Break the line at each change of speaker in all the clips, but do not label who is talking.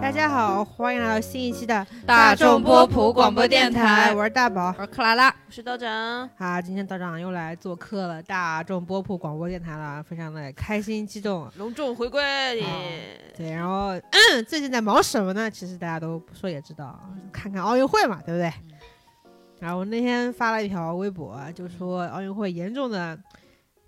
大家好，欢迎来到新一期的
大众波普广播电台
我是大宝。
我是克拉拉，
我是道长，
啊，今天道长又来做客了，大众波普广播电台了，非常的开心激动。
隆重回归。
对，然后、嗯最近在忙什么呢？其实大家都不说也知道，看看奥运会嘛，对不对？然后我那天发了一条微博，就说奥运会严重的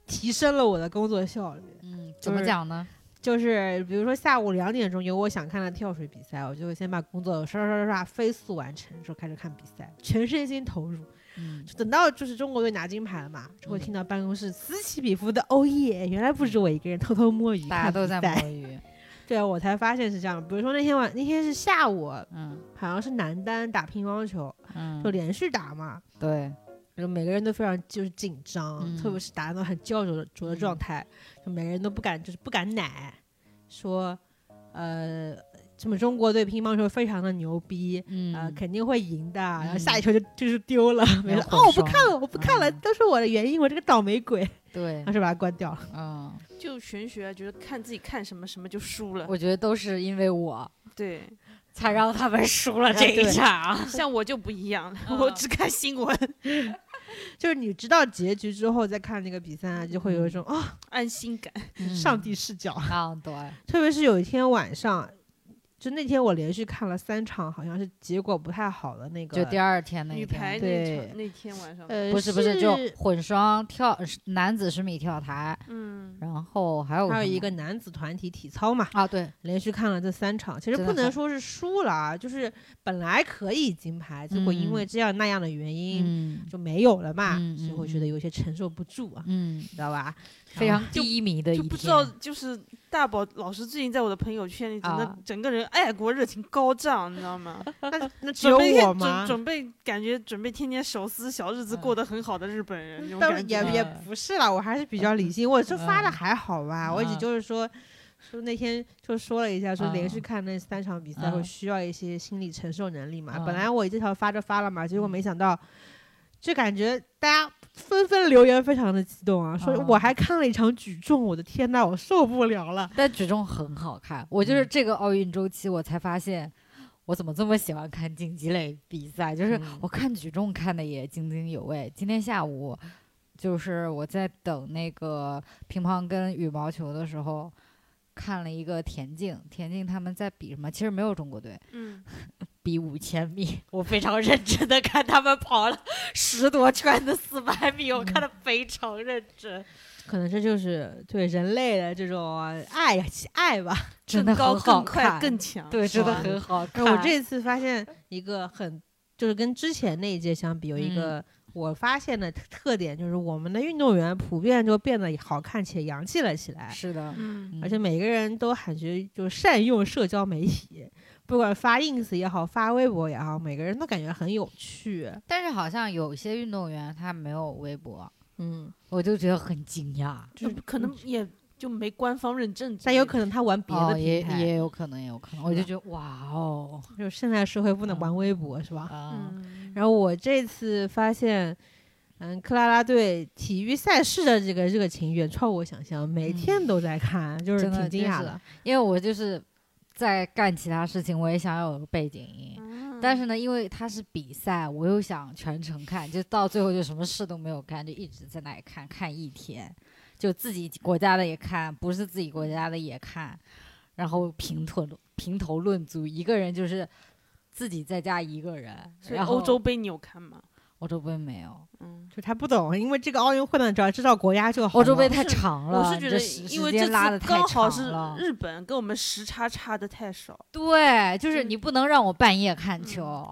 提升了我的工作效率。
嗯，
就
怎么
是
讲呢？
就是比如说下午两点钟有我想看的跳水比赛，我就先把工作刷刷刷刷飞速完成，之后开始看比赛，全身心投入。
嗯，
就等到就是中国队拿金牌了嘛，就会听到办公室此起彼伏的哦耶！原来不止我一个人偷偷摸鱼，
大家都在
看比赛。
摸鱼。
对，啊我才发现是这样。比如说那天晚那天是下午，
嗯
好像是男单打乒乓球，就
嗯，
连续打嘛，
对，
就每个人都非常就是紧张，
嗯
特别是达到很焦灼的灼的状态，就每个人都不敢就是不敢奶，说，呃，什么中国队乒乓球非常的牛逼，呃，
嗯，
肯定会赢的，然后
嗯
下一球就就是丢 了，没了，
混
哦，我不
双
看了，我不看了，
嗯
都是我的原因，我这个倒霉鬼，
对
当，时把它关掉了。
嗯，
就玄学，觉得看自己看什么什么就输了。
我觉得都是因为我
对，
才让他们输了这
哎对
一 场。
像我就不一样了，
嗯
我只看新闻，
就是你知道结局之后再看那个比赛，就会有一种啊、
安心感。
嗯
上帝视角。
啊，对，
特别是有一天晚上，就那天我连续看了三场，好像是结果不太好的那个，
就第二天那一
女
天，
排那
对
场那天晚上，
呃
不是不
是
是，就混双跳男子十米跳台，
嗯，
然后还有
还有
什么
一个男子团体体操嘛，
啊，对，
连续看了这三场，其实
真
不
的
能
很
说是输了啊，就是本来可以金牌，结果因为这样那样的原因
嗯
就没有了嘛，
嗯嗯
所以会觉得有些承受不住啊，
嗯，
知道吧？啊
非常低迷的一
就
天，
不知道，就是大宝老师最近在我的朋友圈里，整个、
啊
整个人爱国热情高涨，你知道吗？
那 那只有
准备
我吗
准？准备感觉准备天天手撕小日子过得很好的日本 人，那种
但
感
也
觉
觉啊
也不是啦，我还是比较理性。我这发的还好吧，
嗯
我也就是说，说那天就说了一下，说
嗯
连续看那三场比赛
嗯
会需要一些心理承受能力嘛。
嗯
本来我这条发着发了嘛，结果没想到，就感觉大家纷纷留言，非常的激动啊，说
嗯
我还看了一场举重，我的天呐，我受不了了。
但举重很好看。我
嗯
就是这个奥运周期，我才发现我怎么这么喜欢看竞技类比赛，就是
嗯
我看举重看的也津津有味。今天下午就是我在等那个乒乓跟羽毛球的时候。看了一个田径，田径他们在比什么？其实没有中国队，
嗯，
比五千米， 我非常认真的看他们跑了十多圈的四百米，我看的非常认真，
嗯可能这就是对人类的这种啊爱爱吧。
真的
更高、
很好
更
看，
快、更 强。
对，真的
爽
很好
哎，
看。
我这次发现一个很，就是跟之前那一届相比，有
嗯
一个我发现的特特点，就是我们的运动员普遍就变得好看且洋气了起来，
是的，
嗯，
而且每个人都感觉就善用社交媒体，不管发 ins 也好，发微博也好，每个人都感觉很有趣。
但是好像有些运动员他没有微博，
嗯，
我就觉得很惊讶。
就是
可能也就没官方认证之类的，
但有可能他玩别的
哦，也
平台，
也有可能，也有可能，我就觉得哇哦，
就是现在社会不能玩
嗯
微博，是吧？
啊，
嗯，
然后我这次发现，嗯，克拉拉对体育赛事的这个热情远超我想象，每天都在看，就是
嗯真的
挺惊
真
讶
是
的。
因为我就是在干其他事情，我也想要有个背景音。
嗯
但是呢，因为它是比赛，我又想全程看，就到最后就什么事都没有干，就一直在那里看看一天，就自己国家的也看，不是自己国家的也看，然后评头评头论足，一个人就是自己在家一个人，
所以
然后
欧洲杯你有看吗？
欧洲杯没有，
嗯，
就他不懂，因为这个奥运会呢，只要知道国家就好了。
欧洲杯
不
太
是
长了，
我是觉
你
得
时，
因为
时
这
间拉的
次
太
刚好
长
是
了。
日本跟我们时差差的太少，
对，就
就是是
你不能让我半夜看球，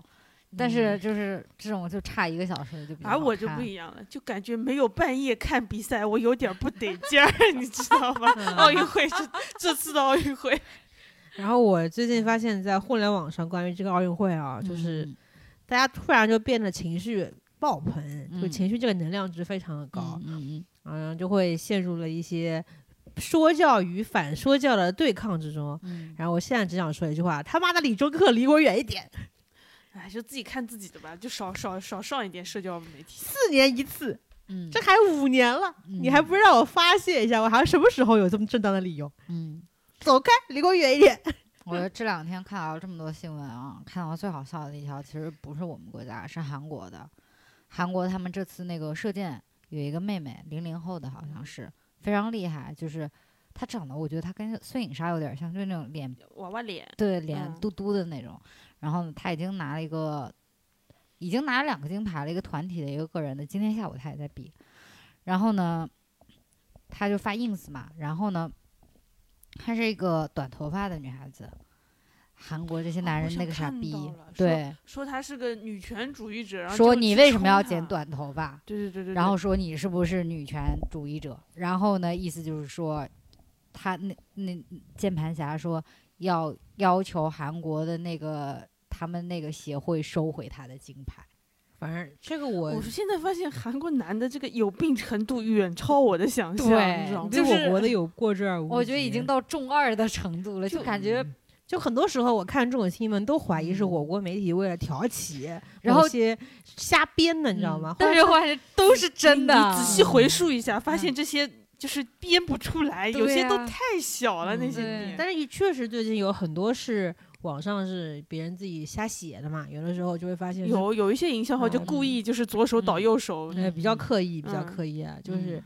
但是
嗯
就是这种就差一个小时就比较好
而
看。
啊我就不一样了，就感觉没有半夜看比赛，我有点不 得劲儿，你知道吗？奥运会这这次的奥运会，
然后我最近发现，在互联网上关于这个奥运会啊，就是
嗯
大家突然就变得情绪爆棚，就
嗯
情绪这个能量值非常的高，
嗯嗯
嗯，就会陷入了一些说教与反说教的对抗之中。
嗯，
然后我现在只想说一句话：他妈的，理中客离我远一点！
哎，就自己看自己的吧，就少少少上一点社交媒体。
四年一次，
嗯
这还五年了，你
嗯
还不让我发泄一下？我还什么时候有这么正当的理由？
嗯，
走开，离我远一点！
我这两天看到这么多新闻啊，看到最好笑的一条其实不是我们国家，是韩国的。韩国他们这次那个射箭有一个妹妹，零零后的好像是非常厉害，就是她长得我觉得她跟孙颖莎有点像，就是那种脸
娃娃脸，
对脸
嗯
嘟嘟的那种。然后呢，她已经拿了一个，已经拿了两个金牌了，一个团体的，一个个人的。今天下午她也在比，然后呢，她就发 ins 嘛，然后呢，她是一个短头发的女孩子。韩国这些
哦
男
我
人
像
那个傻
看
逼
到了，
对，
说她是个女权主义者，然后
说
就
你
去
为什么
冲
要
她
剪？短头发？
对对对对，
然
对
后说你是不是女权主义者？然后呢，意思就是说，他那那键盘侠说要要求韩国的那个他们那个协会收回他的金牌。
反正这个我
我现在发现韩国男的这个有病程度远超我的想象，
对
你知道吗？
对
就是
我国的有过之而无不及。
我觉得已经到中二的程度了，就感觉，
嗯
嗯就很多时候我看这种新闻，都怀疑是我国媒体为了挑起，
然后
些瞎编的，你知道吗？
嗯但是
后来
发现都是真的。啊嗯
你仔细回溯一下，发现这些就是编不出来，有
对
些都
啊
太小了
嗯
那些
对
点。
但是也确实最近有很多是网上是别人自己瞎写的嘛，有的时候就会发现是。
有有一些营销号就
嗯
故意就是左手倒
嗯
右手，
呃，比较刻意，比较
嗯
刻意啊，就是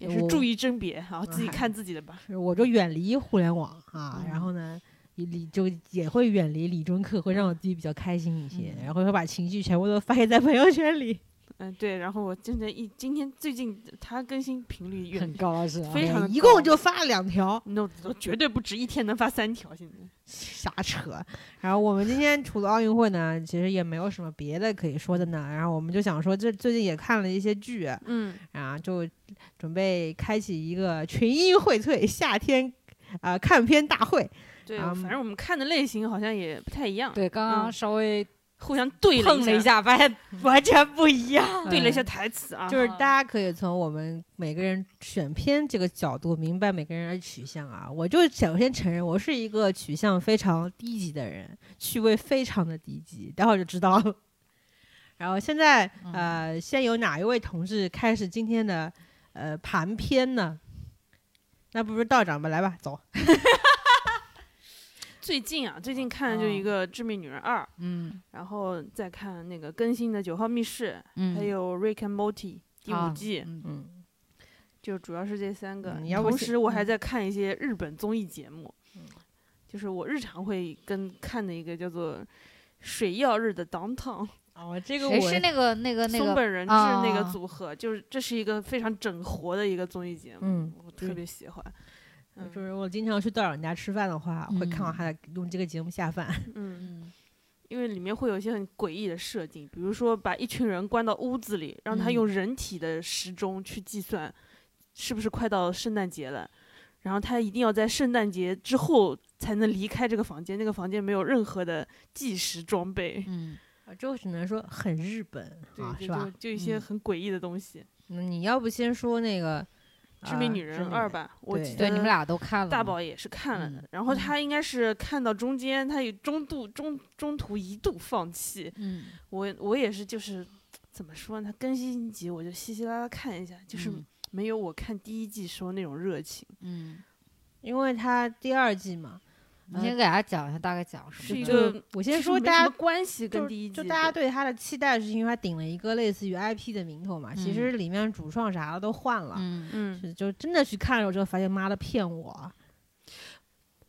也是
我
注意甄别，然后自己
嗯
看自己的吧。
是我就远离互联网啊，
嗯
然后呢，也理就也会远离理中客，会让我自己比较开心一些，
嗯
然后会把情绪全部都发泄在朋友圈里。
嗯，对。然后我真的一今天最近他更新频率
很
远，
高是吧？
非常地
一
高
共就发了两条，
那我绝对不止一天能发三条。现在
瞎扯。然后我们今天除了奥运会呢，其实也没有什么别的可以说的呢。然后我们就想说，这最近也看了一些剧，
嗯，
啊，就准备开启一个群英荟萃夏天啊、看片大会。
对，
嗯
反正我们看的类型好像也不太一样，
对，刚刚
嗯
稍微
互相 对
碰了
一嗯
一，下，发现完全不一样。
对了一下
嗯
台词啊，
就是
啊
大家可以从我们每个人选片这个角度明白每个人的取向啊。我就首先承认，我是一个取向非常低级的人，趣味非常的低级，待会儿就知道了。 然后现在呃，先由哪一位同志开始今天的呃盘片呢？那不如道长吧，来吧，走。
最近啊，最近看的就一
哦
个《致命女人二》，
嗯
然后再看那个更新的《九号密室》，
嗯，
还有《Rick and Morty》第
啊
五季，
嗯
嗯，
就主要是这三个。嗯
你要不
同
是
时，
嗯
我还在看一些日本综艺节目，就是我日常会跟看的一个叫做。水曜日的 Downtown，、
哦，这个
谁
我
是那个那个那
松
个
本人志那个
啊
组合，就是这是一个非常整活的一个综艺节目，
嗯
我
对
特别喜欢。嗯
就是我经常去道长家吃饭的话，会看到
嗯
他的用这个节目下饭。
嗯，
嗯
因为里面会有一些很诡异的设定，比如说把一群人关到屋子里，让他
嗯
用人体的时钟去计算，是不是快到圣诞节了，然后他一定要在圣诞节之后才能离开这个房间，那个房间没有任何的计时装备，
嗯，
啊，这我只能说很日本
对，
啊，
就是就
吧？
就一些
嗯
很诡异的东西。
那你要不先说那个
致
啊
命女
呃
人
致命
二》吧，我
对
记得
对，你们俩都看了
大
吗
宝也是看了的，
嗯
然后他应该是看到中间，他有中度中中途一度放弃，
嗯，
我我也是，就是怎么说呢？更新一集我就稀稀拉拉看一下，就是
嗯
没有我看第一季时候那种热情，
嗯，
因为他第二季嘛，
你先给大家讲一下大概讲什
是一
么
就
的。
个
我
其
先
实
说
没
大家
什么关系
就
跟第一季
就
的，
大家对他的期待是因为他顶了一个类似于 IP 的名头嘛，其
嗯
实里面主创啥的都换了，
嗯，
嗯，
是就真的去看了我之后发现妈的骗我，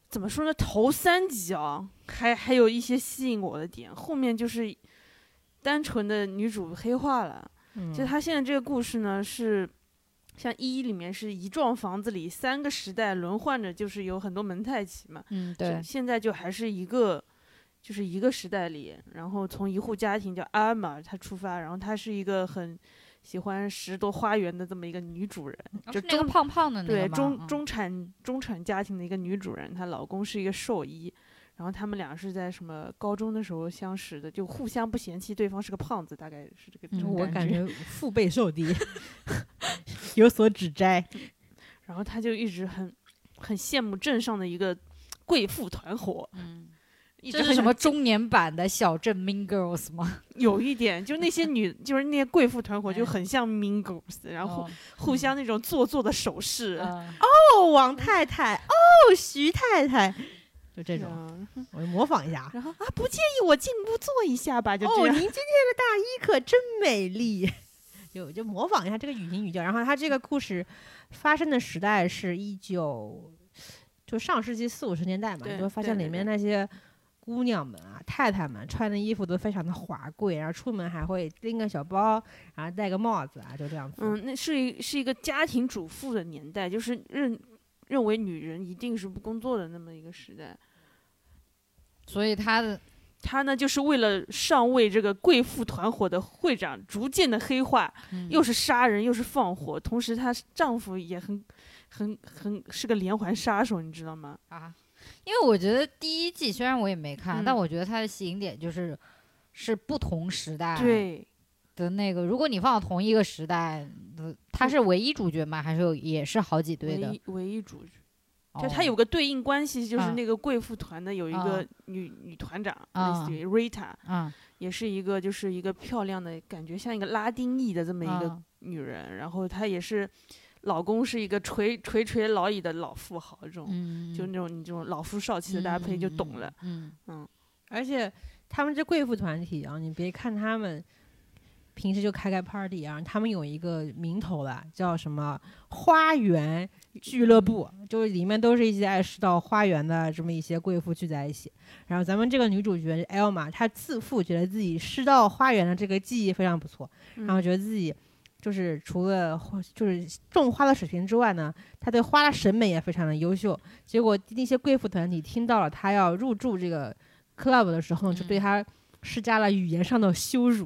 怎么说呢？头三集啊，还还有一些吸引我的点，后面就是单纯的女主黑化了。
嗯
就她现在这个故事呢是。像一里面是一幢房子里三个时代轮换着，就是有很多蒙太奇嘛，
嗯，
就
对，
现在就还是一个，就是一个时代里，然后从一户家庭叫阿玛她出发，然后她是一个很喜欢拾掇花园的这么一个女主人，就
就那个
中
胖胖的那
对
个吗嗯
中，中产中产家庭的一个女主人，她老公是一个兽医。然后他们俩是在什么高中的时候相识的，就互相不嫌弃对方是个胖子，大概是这个这
嗯
种
我
感
感觉腹背受敌， 有所指 摘。
然后她就一直很很羡慕镇上的一个贵妇团伙，
嗯，
一直
这是
很
什
想
么中年版的小镇 Mean Girls 吗？
有一点，就那些女，就是那些贵妇团
哎
伙，就很像 Mean Girls，然后
哦
嗯
互相那
哦
种做作的手势，
嗯
哦，王太太，哦，徐太太，就这种，
种。
我就模仿一下啊。
啊然后啊，不介意我进屋坐一下吧，就这
哦，您
样。
今天的大衣可真美丽。 就就模仿一下这个语音语调，然后它这个故事发生的时代是一九，就上世纪四五十年代嘛，
对
你就会发
对
现
对
里面那些姑娘们啊、太太们穿的衣服都非常的华贵，然后出门还会拎个小包，然后戴个帽子啊，就这样子。
嗯，那是一是一个家庭主妇的年代，就是认认为女人一定是不工作的那么一个时代。
所以他的
她呢，就是为了上位这个贵妇团伙的会长，逐渐的黑化，
嗯
又是杀人又是放火，同时她丈夫也很很很是个连环杀手，你知道吗？
啊，因为我觉得第一季虽然我也没看，
嗯
但我觉得它的吸引点就是是不同时代
哎
对，
的那个。如果你放到同一个时代，呃他是唯一主角吗？还是有也是好几对
唯
的？
一唯一主角，
哦
就他有个对应关系，就是
嗯
啊
那个贵妇团的有一个
啊
女女团长，类
啊
似于 Rita，
嗯
也是一个就是一个漂亮的感觉，像一个拉丁裔的这么一个
嗯
女人，然后她也是老公是一个垂垂垂老矣的老富豪，这种、
嗯，
就那种你这种老夫少妻的搭配就懂了。
嗯，
而且他们这贵妇团体啊，你别看他们平时就开开 party 啊，他们有一个名头的，叫什么花园俱乐部，就是里面都是一些爱吃到花园的这么一些贵妇聚在一起。然后咱们这个女主角 Elma，她自负觉得自己吃到花园的这个技艺非常不错，
嗯
然后觉得自己。就是除了花就是种花的水平之外呢，她对花的审美也非常的优秀。结果那些贵妇团体听到了她要入住这个 club 的时候，就
嗯
对她施加了语言上的羞辱。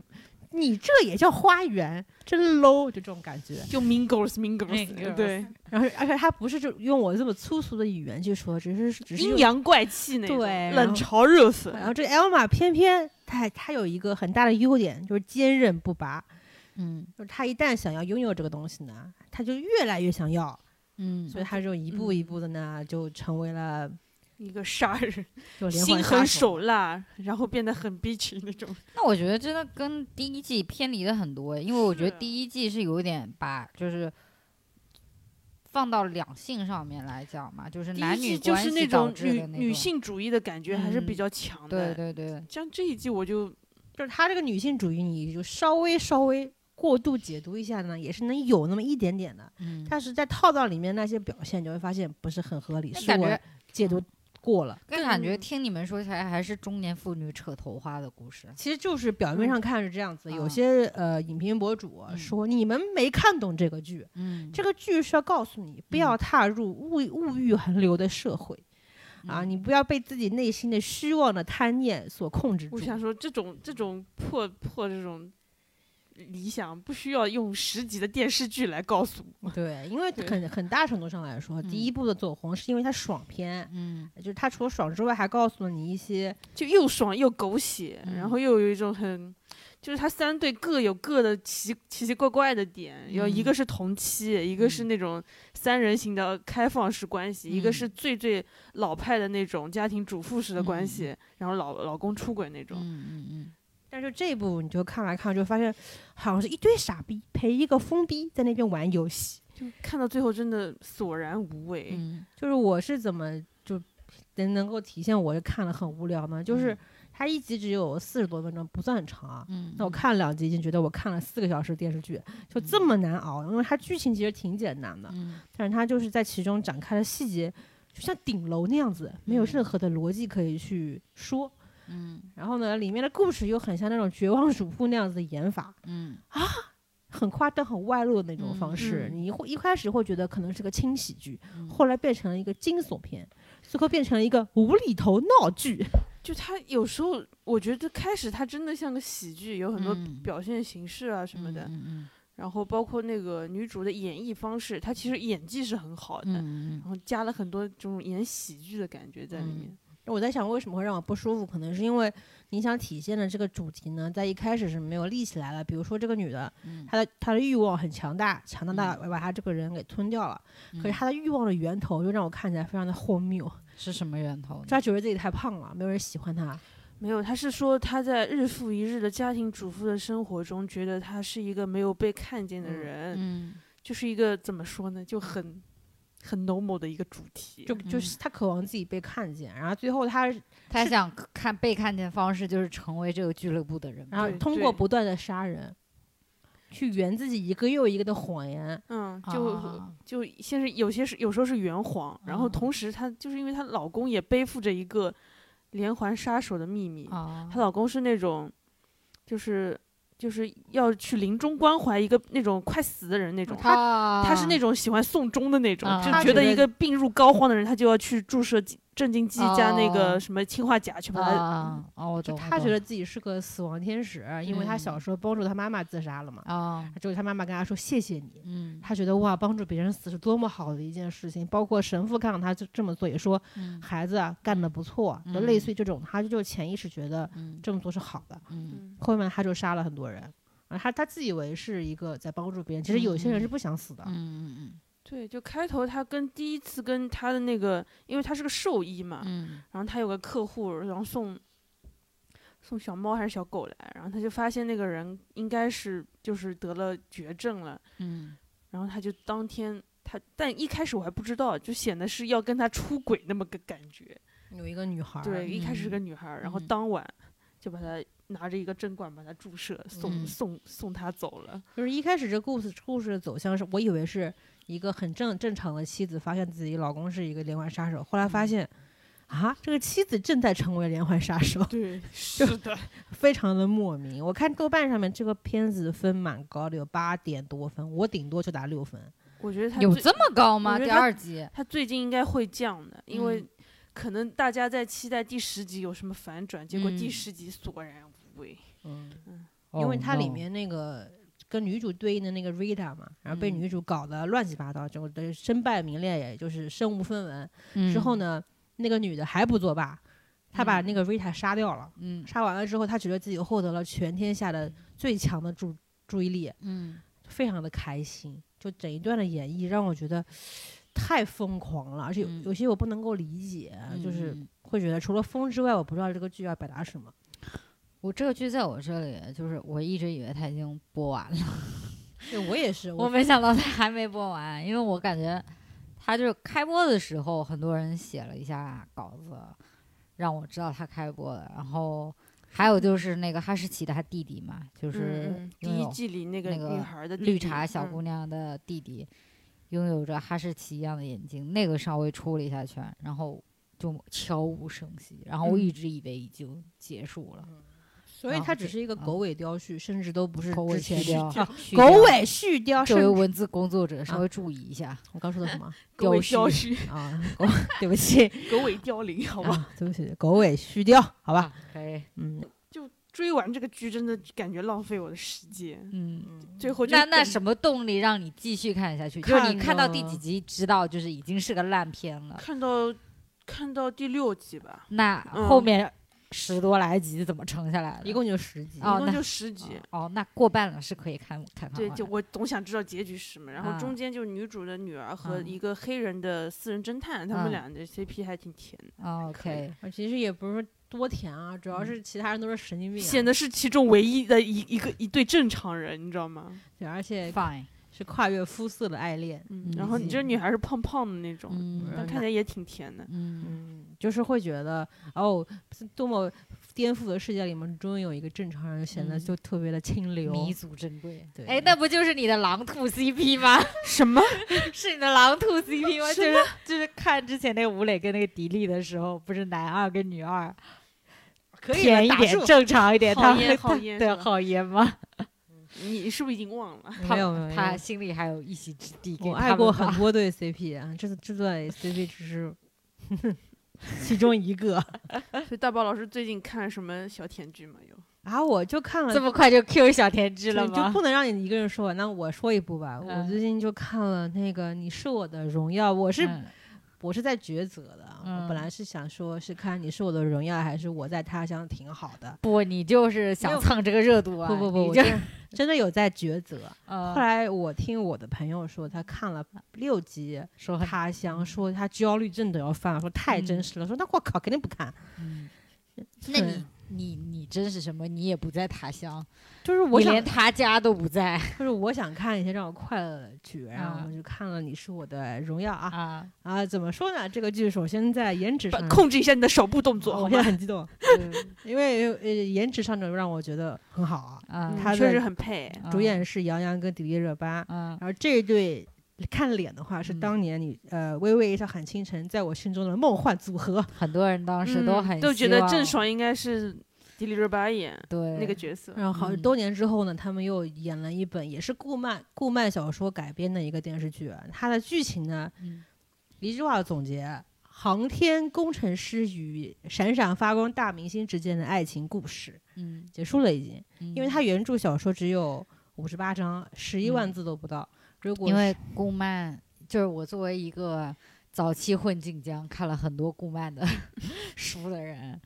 你这也叫花园，真 low，就这种感觉。
就 Mean Girls，Mean
Mean Girls
Girls，对，
然后，而且她不是就用我这么粗俗的语言去说，只是只是
阴
用
阳怪气那种，
对然
冷
后
嘲热讽。
然后这 Elma 偏偏她她有一个很大的优点，就是坚韧不拔。
嗯
就是她一旦想要拥有这个东西呢，她就越来越想要，
嗯，
所以她就一步一步的呢，就成为了
一个杀人，
就连环
心
杀
狠
手。
手辣，然后变得很 bitch 那种。
那我觉得真的跟第一季偏离的很多，因为我觉得
是
第一季是有一点把就是放到两性上面来讲嘛，就是
第
男
一
女
季就
关
是
系导
种
致
女
的那
女
种
性主义的感觉还是比
嗯
较强的。
对对对，
像这一季我就
就是她这个女性主义，你就稍微稍微过度解读一下呢，也是能有那么一点点的。
嗯，
但是在套到里面那些表现，你会发现不是很合理，
那
是
感
我
觉嗯
解读过了。
但感觉
嗯
听你们说起来还是中年妇女扯头发的故事，
其实就是表面上看是这样子，
嗯
有些呃影评博主
嗯
说、你们没看懂这个剧，
嗯，
这个剧是要告诉你不要踏入物物欲横流的社会。啊，
嗯
你不要被自己内心的虚妄的贪念所控制住
我。想说，这种这种破破这种理想，不需要用十集的电视剧来告诉我。
对，因为
对
很很大程度上来说，
嗯
第一部的走红是因为它爽片，
嗯
就是它除了爽之外，还告诉了你一些
就又爽又狗血，然
嗯
后又有一种很，就是他三对各有各的奇奇奇怪怪的点，然后一
嗯
个是同妻，一个是那种三人行的开放式关系，一个
嗯
是最最老派的那种家庭主妇式的关系，然后老老公出轨那
嗯
种。
嗯嗯，
但是这一部你就看来看去，就发现好像是一堆傻逼陪一个疯逼在那边玩游戏。
就看到最后真的索然无味。
嗯
就是我是怎么就能能够体现我看了很无聊呢？就是
嗯
它一集只有四十多分钟，不算很长啊。
嗯，
那我看了两集已经觉得我看了四个小时电视剧，就这么难熬，因为它剧情其实挺简单的，
嗯，
但是它就是在其中展开的细节，就像顶楼那样子，没有任何的逻辑可以去说。
嗯
然后呢，里面的故事又很像那种绝望主妇那样子的演法，啊
嗯
很夸张、很外露的那种方式。
嗯
你会一开始会觉得可能是个轻喜剧，
嗯，
后来变成了一个惊悚片，最后变成了一个无厘头闹剧。
就他有时候，我觉得开始他真的像个喜剧，有很多
嗯
表现形式啊什么的，
嗯嗯
然后包括那个女主的演绎方式，她其实演技是很好的，
嗯
然后加了很多这种演喜剧的感觉在里面。
我在想，为什么会让我不舒服？可能是因为你想体现的这个主题呢，在一开始是没有立起来的。比如说，这个女的，
嗯
她的她的欲望很强大，强大到把她这个人给吞掉了。
嗯，
可是她的欲望的源头，就让我看起来非常的荒谬。
是什么源头呢？
她觉得自己太胖了，没有人喜欢她。
没有，她是说她在日复一日的家庭主妇的生活中，觉得她是一个没有被看见的人，
嗯
就是一个怎么说呢，就很很 normal 的一个主题。
嗯
就就是他渴望自己被看见，然后最后他，
他想看被看见的方式就是成为这个俱乐部的人吧。
然后
对
通过
对
不断的杀人，去圆自己一个又一个的谎言，
嗯，
啊
就、就先是有些是有时候是圆谎，然后
嗯
同时她就是因为她老公也背负着一个连环杀手的秘密，
啊
她、老公是那种就是就是要去临终关怀一个那种快死的人那种，他
他
他是那种喜欢送终的那种，
啊
就
她
觉
觉
得一
得
个病入膏肓的人，他就要去注射剂镇静剂加那
哦
个什么氰化钾去把他。
啊啊，我
就
懂，我
他觉
懂
得自己是个死亡天使，因为他小
嗯
时候帮助他妈妈自杀了嘛，
啊，
就是他妈妈跟他说谢谢你，
嗯
他觉得哇，帮助别人死是多么好的一件事情。包括神父看到他就这么做，也说
嗯
孩子啊干得不错，就类似于这种，他就潜意识觉得
嗯
这么做是好的。
嗯
嗯
后面他就杀了很多人，啊，他他自以为是一个在帮助别人，其实有些人是不想死的。
嗯
对，就开头他跟第一次跟他的那个，因为他是个兽医嘛，
嗯
然后他有个客户，然后送送小猫还是小狗来，然后他就发现那个人应该是就是得了绝症了，
嗯
然后他就当天他，但一开始我还不知道，就显得是要跟他出轨那么个感觉。
有一个女孩儿，
对，一开始是个
嗯
女孩儿，然后
嗯
当晚就把他拿着一个针管把他注射，送、
嗯
送送他走了。
就是一开始这故事故事的走向是我以为是一个很正正常的妻子，发现自己老公是一个连环杀手，后来
嗯
发现。啊，这个妻子正在成为连环杀手，
对，是的，
非常的莫名。我看豆瓣上面这个片子分蛮高的，有八点多分，我顶多就打六分。
我觉得他
嗯，有
最
这么高吗？
我觉
第
得他
二集
他最近应该会降的，因为
嗯
可能大家在期待第十集有什么反转，结果第
嗯
十集索然无味。
嗯，因
哦
为它里面那个跟女主对应的那个 Rita 嘛，然后被
嗯
女主搞得乱七八糟，就对身败名裂，也就是身无分文。之后
呢，
呢，那个女的还不作罢，她把那个 Rita 杀掉了。
嗯
杀完了之后，她觉得自己获得了全天下的最强的注注意力，
嗯
非常的开心。就整一段的演绎让我觉得太疯狂了，而且有
嗯
有些我不能够理解，呃啊就是
嗯
会觉得除了疯之外，我不知道这个剧要表达什么。
我这个剧在我这里，就是我一直以为它已经播完了，
对我也是，
我没想到它还没播完，因为我感觉它就是开播的时候，很多人写了一下稿子，让我知道它开播了。然后还有就是那个哈士奇的他弟弟嘛，就是
嗯嗯第
拥
一
有
季里那个
那个
女孩的弟
嗯
弟嗯
绿茶小姑，娘的弟弟，拥有着哈士奇一样的眼睛，那个稍微出了一下圈，然后就悄无声息，然后我
嗯
一直以为已经结束了，
所以
然后
它只
这
是一个
啊
狗尾雕絮，甚至都不是
狗尾
之前
续貂
是啊
续
狗
貂
尾续貂。
作为
甚至
文字工作
啊
者稍微注意一下，
我刚说的什 么
狗尾
貂
雕絮，
啊？狗， 对不起，
狗尾凋零，好吧。
嗯
啊，对不起，狗尾续貂，好吧？
可以，
嗯，
就追完这个剧，真的感觉浪费我的时间。
嗯。
最后就
那那
等
什么动力让你继续看下去？就是
看
你看到第
呢
几集，知道就是已经是个烂片了。
看到看到第六集吧，
那
嗯
后面十多来集怎么撑下来的？
一共就十集。
哦
一共
那
就十集。
哦，那过半了是可以看看看
对，
完
就
的
我总想知道结局是什么。然
啊
后中间就是女主的女儿和
嗯
一个黑人的私人侦探，他
嗯
们俩的 CP 还挺甜的，
哦
可以
OK，
啊其实也不是多甜啊，主要是其他人都是神经病啊，
显得是其中唯一的一一个一对正常人，你知道吗？
对，而且
fine，
是跨越肤色的爱恋。
嗯
嗯
然后你这
嗯
女孩是胖胖的那种，
嗯
但看起来也挺甜的。
嗯
嗯，就是会觉得哦，是多么颠覆的世界里面，终于有一个正常人，显得
嗯
就特别的清流。
弥足珍贵。
对
哎，那不就是你的狼兔 CP 吗？
什么？
是你的狼兔 CP 吗？就是就是看之前那个吴磊跟那个迪丽的时候，不是男二跟女二
可以
甜
了
一
打
点、
住
正常一点，他
好
们
烟好烟
对啊
是吧
好烟吗？
你是不是已经忘了？
他
没有没有，没有
他心里还有一席之地给
我
他
爱
们
过
吧
很多对 CP 啊，这这 对 CP 只是其中一 个。
哎
所以大宝老师最近看什么小甜剧吗？有？
然后啊我就看了
这么快就 Q 小甜剧
就
了
就
吗？
不能让你一个人说完，那我说一部吧。我
嗯
最近就看了那个《你是我的荣耀》，我是、
嗯
我是在抉择的啊。我
嗯
本来是想说是看《你是我的荣耀》还是《我在他乡挺好的
不，你就是
没
想
有
蹭这个热度》。啊！
不不不，
你
我
就
真 真的有在抉择。后
呃
来我听我的朋友说，他看了六集
说
《
很
他乡》，说嗯他焦虑症都要犯了，说太真实了，说那我靠，肯定不看。
嗯，
对
你你真是什么？你也不在他乡，
就是我
你
想
连他家都不在
就是我想看一些让我快乐的剧，然后
啊
我就看了《你是我的荣耀》啊
啊！
啊！怎么说呢？这个剧首先在颜值
把
上，
控制一下你的手部动作，
哦
好
我现在
吗？
很激 动，嗯因为呃颜值上就让我觉得很好啊。
啊，
他的
嗯确实很配，
啊
主演是杨洋跟迪丽热巴，
啊，
然后这一对看脸的话是
嗯
当年你呃微微一笑很倾城在我心中的梦幻组合。
很多人当时都
嗯
很
都觉
希
得
望
郑爽应该是迪丽热巴演
对
那个角色，
然后好
嗯
多年之后呢，他们又演了一本也是顾漫顾漫小说改编的一个电视剧，它的剧情呢
嗯
一句话总结：航天工程师与闪闪发光大明星之间的爱情故事
嗯，
结束了，已经。
因
因为它原著小说只有五十八章，十一万
嗯
字都不到。如果
因为
是
顾漫就是我作为一个早期混晋江看了很多顾漫的书的人，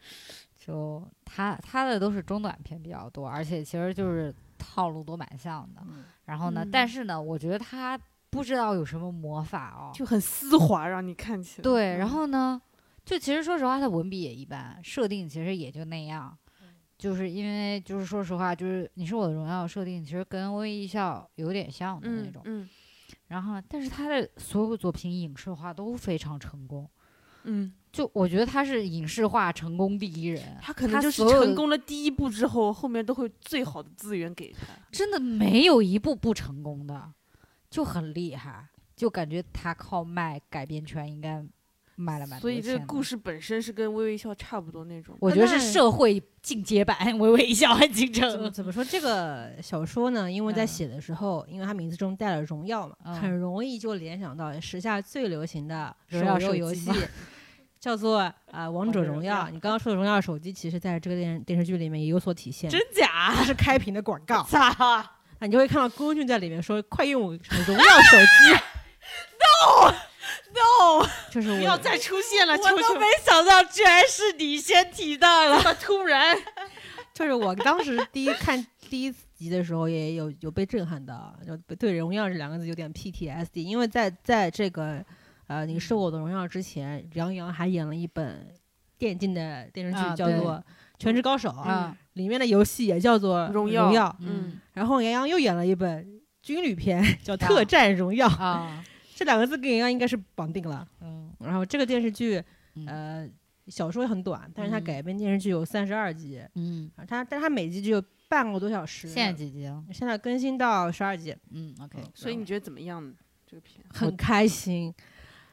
就他他的都是中短篇比较多，而且其实就是套路都蛮像的。然后呢，
嗯
但是呢，我觉得他不知道有什么魔法哦，
就很丝滑，让你看起来。
对，
嗯
然后呢，就其实说实话，他文笔也一般，设定其实也就那样。就是因为，就是说实话，就是你是我的荣耀设定，其实跟微一笑有点像的那
嗯
种。
嗯
然后呢，但是他的所有作品影视化都非常成功，
嗯，
就我觉得他是影视化成功第一人，
他可能就是
所有
成
的
功了第一步之后，后面都会最好的资源给他。
真的没有一部不成功的，就很厉害，就感觉他靠卖改编权应该卖了蛮多
所以这个故
事，
事本身是跟《微微一笑》差不多那种。
我觉得是
那
社会进阶版《微微一笑很倾
怎么
城》。
怎么说这个小说呢？因为在
嗯
写的时候，因为它名字中带了荣耀嘛，
嗯
很容易就联想到时下最流行的手
荣耀
游
手
游
机
戏
吗。
叫做啊、呃王者
者
荣
荣
耀
耀》，
你刚刚说的荣耀手机，其实在这个电电视剧里面也有所体现。
假？
它是开屏的广告，
操！
啊，你就会看到龚俊在里面说：“快用我什么荣耀手机。” No no，就是我
不要再出 现了，
我
求求
都没想到，居然是你先提到了。
了！ 突然，
就是我当时第一看第一集的时候，也有有被震撼到，啊就对“荣耀”这两个字有点 PTSD，因为在在这个呃《你
嗯
是我的荣耀》之前，杨洋还演了一本电竞的电视剧，
啊
叫做《全职高手》，
嗯
里面的游戏也叫做《
荣
耀》
耀
嗯
嗯
然后杨洋又演了一本军旅片，叫《特战荣耀》，
啊
这两个字跟杨洋应该是绑定了。
嗯
然后这个电视剧，
嗯
呃，小说很短，但是它
嗯
改编电视剧有三十二集，
嗯，
啊它但它每集只有半个多小时。
现在几集了？
现在更新到十二集，
哦嗯，OK，
所以你觉得怎么样呢？这个片
很开心，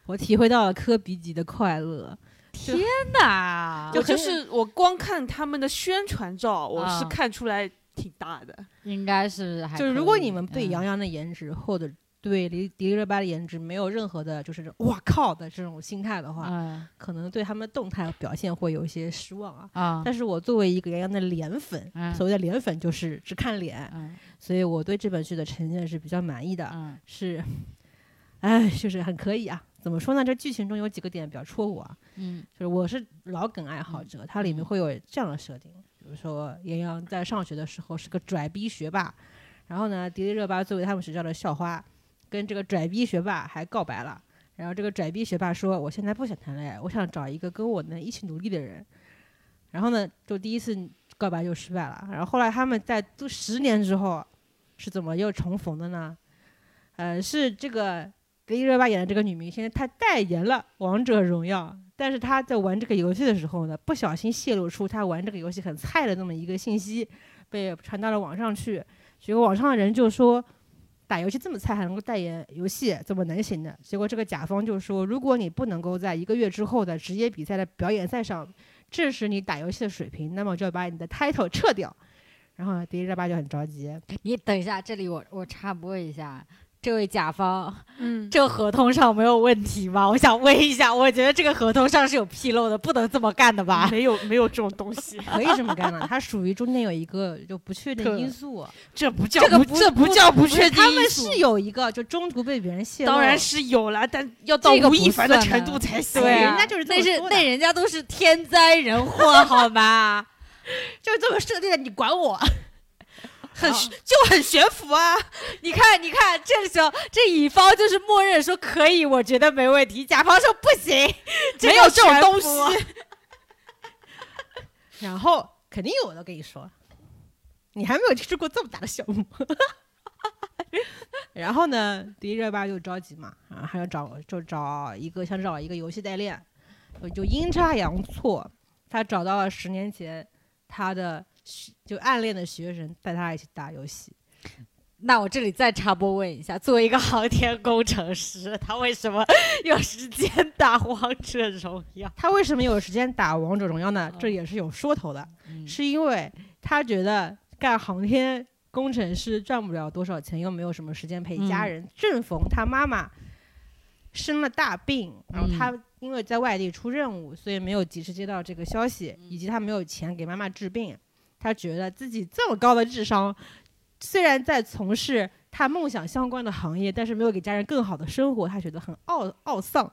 我体会到了科比级的快乐。
真的啊
就
我
很
就是我光看他们的宣传照，我是
啊
看出来挺大的。
应该是还
就是
可
如果
以
你们对
嗯
杨洋的颜值或者对迪迪丽热巴的颜值没有任何的，就是哇靠的这种心态的话，
嗯
可能对他们的动态表现会有一些失望啊。
啊
但是我作为一个杨洋的脸粉，
嗯
所谓的脸粉就是只看脸，
嗯
所以我对这本剧的呈现是比较满意的。
嗯
是，哎，就是很可以啊。怎么说呢？这剧情中有几个点比较戳我啊，
嗯
就是我是老梗爱好者，它里面会有这样的设定，比如说杨洋在上学的时候是个拽逼学霸，然后呢，迪丽热巴作为他们学校的校花，跟这个拽逼学霸还告白了。然后这个拽逼学霸说：“我现在不想谈恋爱，我想找一个跟我能一起努力的人。”然后呢，就第一次告白就失败了。然后后来他们在都十年之后，是怎么又重逢的呢？呃，是这个迪丽热巴演的这个女明星，她代言了《王者荣耀》，但是她在玩这个游戏的时候呢，不小心泄露出她玩这个游戏很菜的那么一个信息，被传到了网上去。结果网上的人就说，打游戏这么菜还能够代言游戏，怎么能行呢？结果这个甲方就说，如果你不能够在一个月之后的职业比赛的表演赛上证实你打游戏的水平，那么就要把你的 title 撤掉。然后迪丽热巴就很着急，
你等一下，这里我我插播一下，这位甲方，
嗯，
这合同上没有问题吗？我想问一下，我觉得这个合同上是有纰漏的，不能这么干的吧？
没有没有这种东西，
可以这么干 了，它属于中间有一个就不确定
特
因素， 啊
这不叫
这个不
这不叫不确定
他们
因素
是有一个就中途被别人泄露，
当然是有啦，但要到
这个
吴亦
不
凡的
算
程
呢
度才行。
对啊
人家就是这
那
么
是
说的
那人家都是天灾人祸，好吧？
就这么设定的，你管我？
很就很悬浮啊！
你看，你看，这个时候这乙方就是默认说可以，我觉得没问题；甲方说不行，
没有这种
个悬浮
东西。
然后肯定有的，跟你说，你还没有吃过这么大的小馍。 然后呢，迪丽热巴就着急嘛，啊，还要找就找一个想找一个游戏代练，我就阴差阳错，她找到了十年前她的学就暗恋的学生，带她一起打游戏。
那我这里再插播问一下，作为一个航天工程师，他为什么有时间打王者荣耀？
她为什么有时间打王者荣耀呢
哦？
这也是有说头的，
嗯
是因为她觉得干航天工程师赚不了多少钱，又没有什么时间陪家
嗯
人。正逢她妈妈生了大病，然后
嗯
她因为在外地出任务，所以没有及时接到这个消息，
嗯
以及她没有钱给妈妈治病。她觉得自己这么高的智商，虽然在从事她梦想相关的行业，但是没有给家人更好的生活，她觉得很懊懊丧。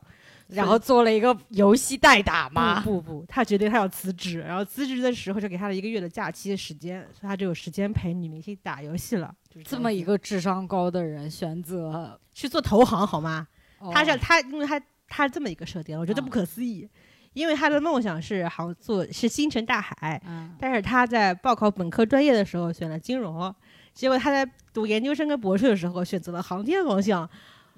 然后做了一个游戏代打吗？
不不不，他决定他要辞职，然后辞职的时候就给他了一个月的假期的时间，所以他就有时间陪女明星打游戏了。就是
这么
样
一
子
个智商高的人选择，
去做投行好吗？他是
哦
他，因为他他这么一个设定，我觉得
啊
不可思议，因为他的梦想是航做是星辰大海，
嗯
但是他在报考本科专业的时候选了金融，结果他在读研究生跟博士的时候选择了航天方向，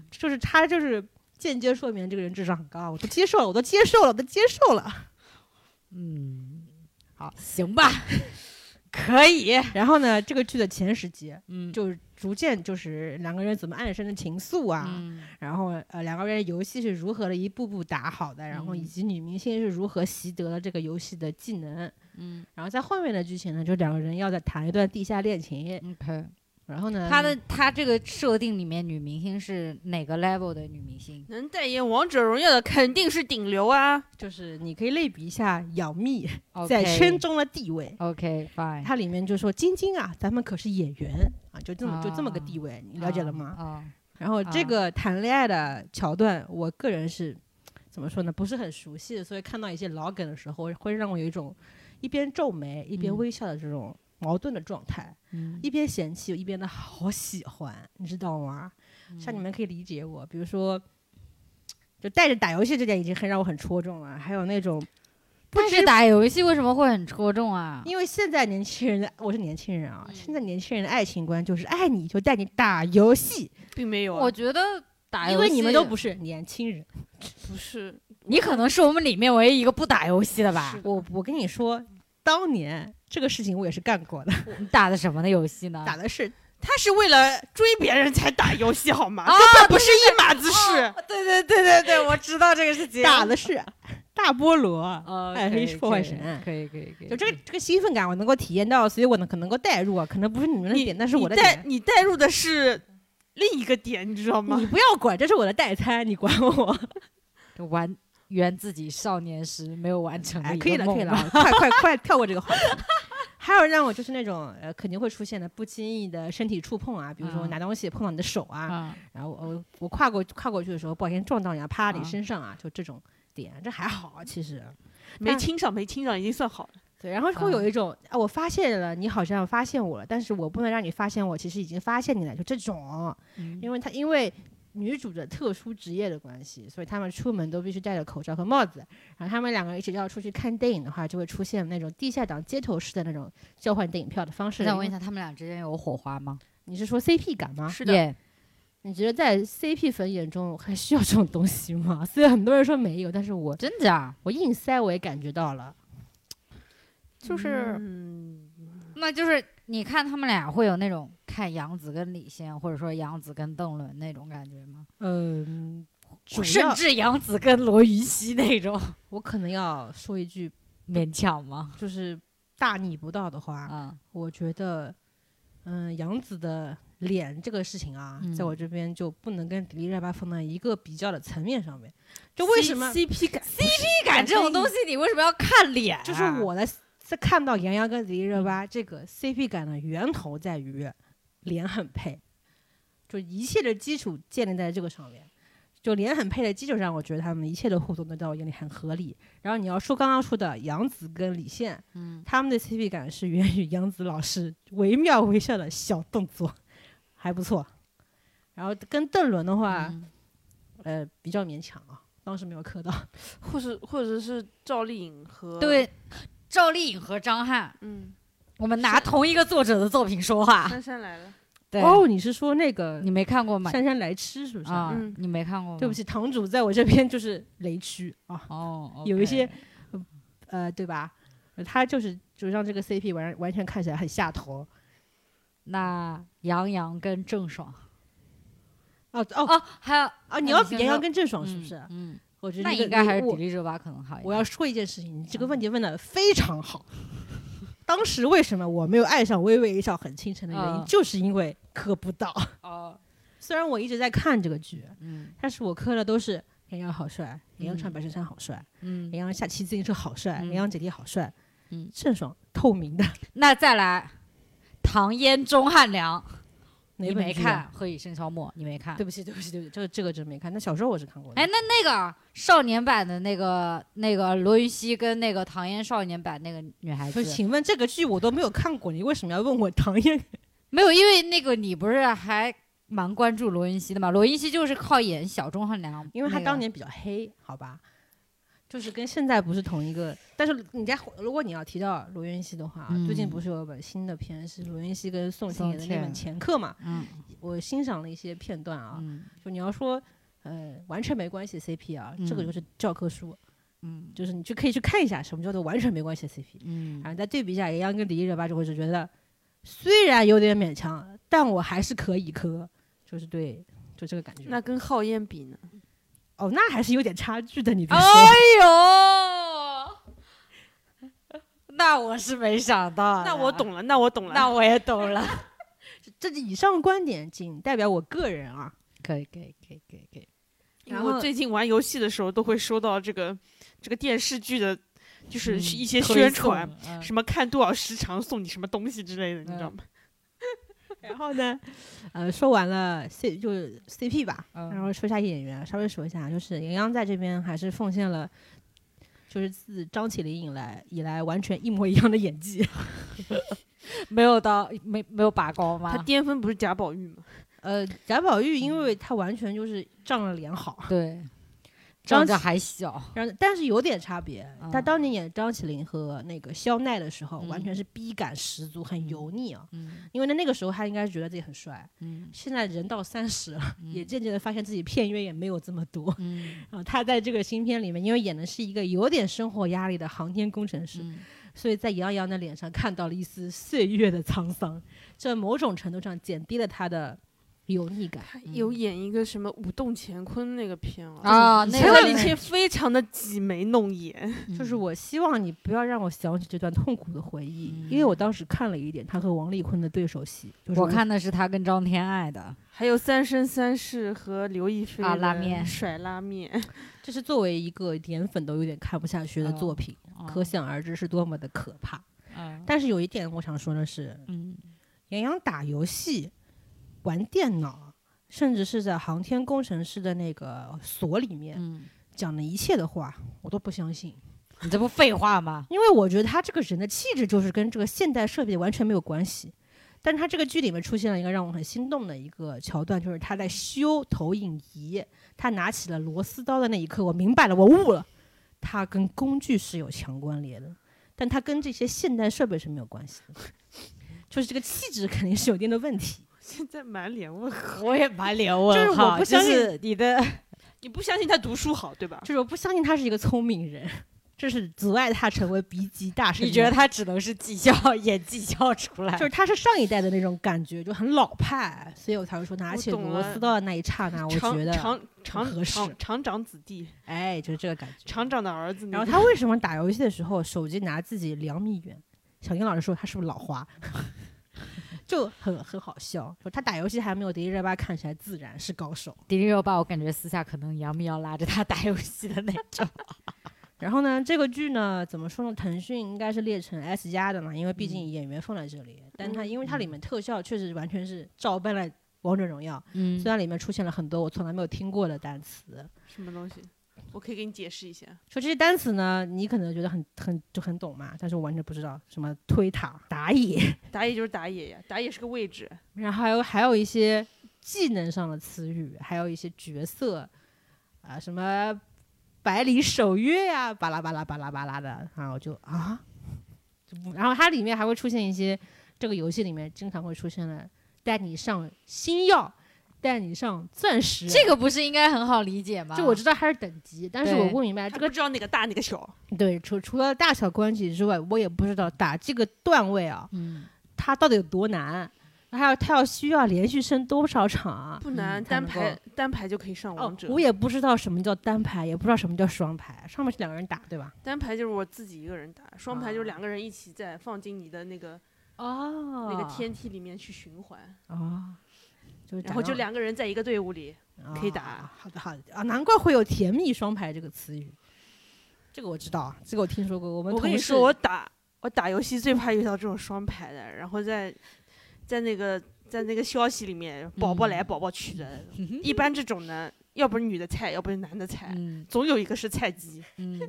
就是他就是。间接说明这个人智商很高，我都接受了，我都接受了，我都接受了。
嗯，
好，
行吧，可以，
然后呢，这个剧的前十集，
嗯
就是逐渐就是两个人怎么暗生的情愫啊，
嗯
然后呃两个人的游戏是如何的一步步打好的，然后以
嗯
及女明星是如何习得了这个游戏的技能，
嗯
然后在后面的剧情呢，就两个人要再谈一段地下恋情，
，OK。
然后呢，
他的他这个设定里面，女明星是哪个 level 的女明星？
能代言王者荣耀的肯定是顶流啊！
就是你可以类比一下杨幂
OK
在圈中的地位。
OK fine，
它里面就说晶晶啊，咱们可是演员啊，就这么就这么个
啊
地位，你了解了吗？
啊啊
然后这
啊
个谈恋爱的桥段，我个人是怎么说呢？不是很熟悉，所以看到一些老梗的时候，会让我有一种一边皱眉一边
嗯
微笑的这种矛盾的状态，
嗯
一边嫌弃一边的好喜欢，你知道吗？
嗯
像你们可以理解我，比如说。就带着打游戏这点已经很让我很戳中了，还有那种，
不是打游戏为什么会很戳中啊？
因为现在年轻人的我是年轻人啊，
嗯
现在年轻人的爱情观就是爱你就带你打游戏，
并没有、啊，
我觉得打游
因
戏，
为你们都不是年轻人。
不是
你可能是我们里面唯一一个不打游戏的吧
是？
我我跟你说，当年这个事情我也是干过的，
你打的什么的游戏呢？
打的是
他是为了追别人才打游戏好吗？
啊
根本不是一码子事。
对对对对对，我知道这个事 情
打的是大菠萝，
呃，
暗黑
可以
破坏
可以
神
可以可以可以，
就这个这个兴奋感我能够体验到，所以我能可能够代入啊，可能不是你们的
你
点，但是我的
你带
点。啊
你带入的是另一个点，你知道吗
你？不要管，这是我的代餐，你管我？
就完圆自己少年时没有完成 的
哎，
一
可以了，
个梦啊
可以
吧
了，快快快跳过这个话题。 还有让我就是那种呃肯定会出现的不经意的身体触碰啊，比如说我
嗯
拿东西碰到你的手啊，
啊！
然后我我我跨过跨过去的时候不小心撞到你啊，趴你
嗯
身上啊，就这种点，这还好啊其实。
没亲上，没亲上，已经算好了。
对，然后会
嗯
有一种、啊，我发现了，你好像发现我了，但是我不能让你发现我，其实已经发现你了，就这种，
嗯
因为他因为女主的特殊职业的关系，所以他们出门都必须戴着口罩和帽子，然后他们两个一起要出去看电影的话，就会出现那种地下党街头式的那种交换电影票的方式。
我想问一
因为
下，他们俩之间有火花吗？
你是说 CP 感吗？
是，
耶
你觉得在 CP 粉眼中还需要这种东西吗？ 虽然很多人说没有，但是我
真假？
我硬塞我也感觉到了。
就是嗯那就是你看他们俩会有那种看杨紫跟李现，或者说杨紫跟邓伦那种感觉吗？
嗯，主
甚
要
至杨紫跟罗云熙那种，
我可能要说一句
勉强吗？
就是大逆不道的话，
啊，
我觉得，嗯，杨紫的脸这个事情啊，
嗯
在我这边就不能跟迪丽热巴放到一个比较的层面上面。就为什么？
CP 感？
B 感这种东西，你为什么要看脸、啊
就是，我的在看到杨洋跟迪丽
嗯
热巴这个 CP 感的源头在于脸很配，就一切的基础建立在这个上面。就脸很配的基础上，我觉得他们一切的互动都在我眼里很合理。然后你要说刚刚说的杨紫跟李现，
嗯，
他们的 CP 感是源于杨紫老师惟妙惟肖的小动作，还不错。然后跟邓伦的话，
嗯
呃，比较勉强啊，当时没有磕到。
或者或者是赵丽颖和
对，赵丽颖和张翰，
嗯，
我们拿同一个作者的作品 说话。
珊珊来了，
对，
哦，你是说那个
你没看过吗？
姗姗来迟是不是？
啊、
嗯
你没看过吗？
对不，起，堂主在我这边就是雷区啊，
哦，OK，
有一些呃，对吧？他就是就让这个 CP 完完全看起来很下头。
那杨洋跟郑爽
哦哦
哦，还有
啊！
那
你要比
你先
杨洋
说
跟郑爽是不
嗯
是？
嗯，
我觉得
那
这个
应该还是迪
我
丽热巴可能好一点。
我要说一件事情，你这个问题问的非常 好。当时为什么我没有爱上《微微一笑很倾城》的原因，
嗯
就是因为磕不到。
哦，
虽然我一直在看这个剧，
嗯
但是我磕的都是杨洋好帅，杨洋穿
嗯
白衬衫好帅，
嗯，
杨洋下骑自行车好帅，
嗯
杨洋姐弟好帅，
嗯
郑爽透明 的
那再来唐嫣、钟汉良，
哪
你
本
没
剧啊
看？《何以笙箫默》，你没看？
对不起，对不起，对不起，这个这个真没看。那小时候我是看过的。
哎，那那个少年版的那个那个罗云熙跟那个唐嫣少年版那个女孩
不
子
是，，请问这个剧我都没有看过，你为什么要问我唐嫣？
没有，因为那个你不是还蛮关注罗云熙的嘛？罗云熙就是靠演小钟汉良，
因为他
那个
当年比较黑，好吧，就是跟现在不是同一个。但是你在如果你要提到罗云熙的话，
嗯
最近不是有本新的片是罗云熙跟宋庆
宋
龄的那本《
庆
前客》嘛？
嗯
我欣赏了一些片段啊，
嗯
就你要说。呃，完全没关系 CP 啊，这个
嗯
就是教科书，
嗯
就是你去可以去看一下什么叫做完全没关系 CP，
嗯
然后再对比一下杨洋跟迪丽热巴，就会是觉得虽然有点勉强，但我还是可以磕，就是对，就这个感觉。
那跟浩燕比呢？
哦，那还是有点差距的，你
哦
别说。
哎 呦，那我是没想到的，
那我懂了，那我懂了，
啊那我也懂了。
这以上观点仅代表我个人啊。
可以，可以，可以，可以，可以。
因为
然后
我最近玩游戏的时候都会收到这个这个电视剧的，就是
嗯
一些
推
宣传，
送，嗯
什么看多少时长送你什么东西之类的，你知道吗？
然后呢，呃，说完了 C 就是 CP 吧，
嗯
然后说一下演员，稍微说一下，就是杨洋在这边还是奉献了，就是自张起灵以来以来完全一模一样的演技。
没有到没没有拔高吗
他？巅峰不是贾宝玉吗？
呃，贾宝玉因
嗯
为他完全就是仗着脸好，
对，
张
张着
起
还小，
然后但是有点差别。
嗯
他当年演张起灵和那个肖奈的时候，
嗯
完全是逼感十足，很油腻啊。
嗯
因为呢，那个时候他应该觉得自己很帅，
嗯
现在人到三十了，
嗯
也渐渐的发现自己片约也没有这么多。
嗯
然后呃他在这个新片里面，因为演的是一个有点生活压力的航天工程师，
嗯
所以在杨洋的脸上看到了一丝岁月的沧桑，这某种程度上减低了他的油腻感。
他有演一个什么舞动乾坤那个片
嗯
啊，
啊，那
他
个
的一切非常的挤眉弄眼，
嗯
就是我希望你不要让我想起这段痛苦的回忆，因为我当时看了一点他和王丽坤的对手戏，就是
嗯我看的是他跟张天爱的，
还有《三生三世》和刘亦菲
啊
的
拉面
甩拉面，
这是作为一个颜粉都有点看不下去的
哦
作品，可想而知是多么的可怕。
嗯
但是有一点我想说的是，
嗯
杨洋打游戏、玩电脑，甚至是在航天工程师的那个所里面、
嗯，
讲的一切的话，我都不相信，
你这不废话吗？
因为我觉得他这个人的气质就是跟这个现代设备完全没有关系。但是他这个剧里面出现了一个让我很心动的一个桥段，就是他在修投影仪，他拿起了螺丝刀的那一刻，我明白了，我悟了，他跟工具是有强关联的，但他跟这些现代设备是没有关系的， 就是这个气质肯定是有一定的问题。
现在满脸问号。
我也满脸
就是
问
我
号，
不
就
相信
是你的
你不相信他读书好对吧？
就是我不相信他是一个聪明人，这是阻碍他成为鼻级大神。
你觉得？他只能是技校演技校出来
就？是他是上一代的那种感觉，就很老派，所以我才会说拿
我
起
懂
螺
了
丝刀的那一刹那，我
厂
觉得，
厂厂
合适
厂厂长子弟，
哎，就是这个感觉。
厂长的儿子那
然
个。
后他为什么打游戏的时候手机拿自己两米远？小英老师说他是不是老花？ 就很很好笑，说他打游戏还没有迪丽热巴看起来自然，是高手。
迪丽热巴，我感觉私下可能杨幂要拉着他打游戏的那种。
然后呢，这个剧呢，怎么说呢？腾讯应该是列成 S 加的嘛，因为毕竟
嗯
演员放在这里，但它
嗯
因为它里面特效确实完全是照搬了《王者荣耀》
嗯
虽然里面出现了很多我从来没有听过的单词，
什么东西？我可以给你解释一下。
说这些单词呢，你可能觉得很很就很懂嘛，但是我完全不知道什么推塔、打野，
打野就是打野呀，打野是个位置。
然后还有还有一些技能上的词语，还有一些角色啊、什么百里守约呀、巴拉巴拉巴拉巴拉的，然后我就啊，就不然后它里面还会出现一些这个游戏里面经常会出现的，带你上星耀，带你上钻石。
这个不是应该很好理解吗？
就我知道它是等级，但是
对
我不明白这
哎这
个
个知道哪个大哪个小，
对除除了大小关系之外，我也不知道打这个段位啊，
嗯，
它到底有多难，还有它要需要连续升多少场啊？
不难，
嗯
单
才
排
能
单排就可以上王
哦
者。，
我也不知道什么叫单排，也不知道什么叫双排，上面是两个人打，对吧？
单排就是我自己一个人打，双排就是两个人一起在放进你的那个、
哦
那个天梯里面去循环，
哦，就是
然后
打
就
到
两个人在一个队伍里。可以打
啊好的，好的啊，难怪会有“甜蜜双排”这个词语，这个我知道啊，这个我听说过。我们
我跟
同
你
事
说，我打我打游戏最怕遇到这种双排的，然后在在那个在那个消息里面，宝宝
嗯
来宝宝去的，一般这种呢，要不是女的菜，要不是男的菜，
嗯
总有一个是菜鸡。
嗯，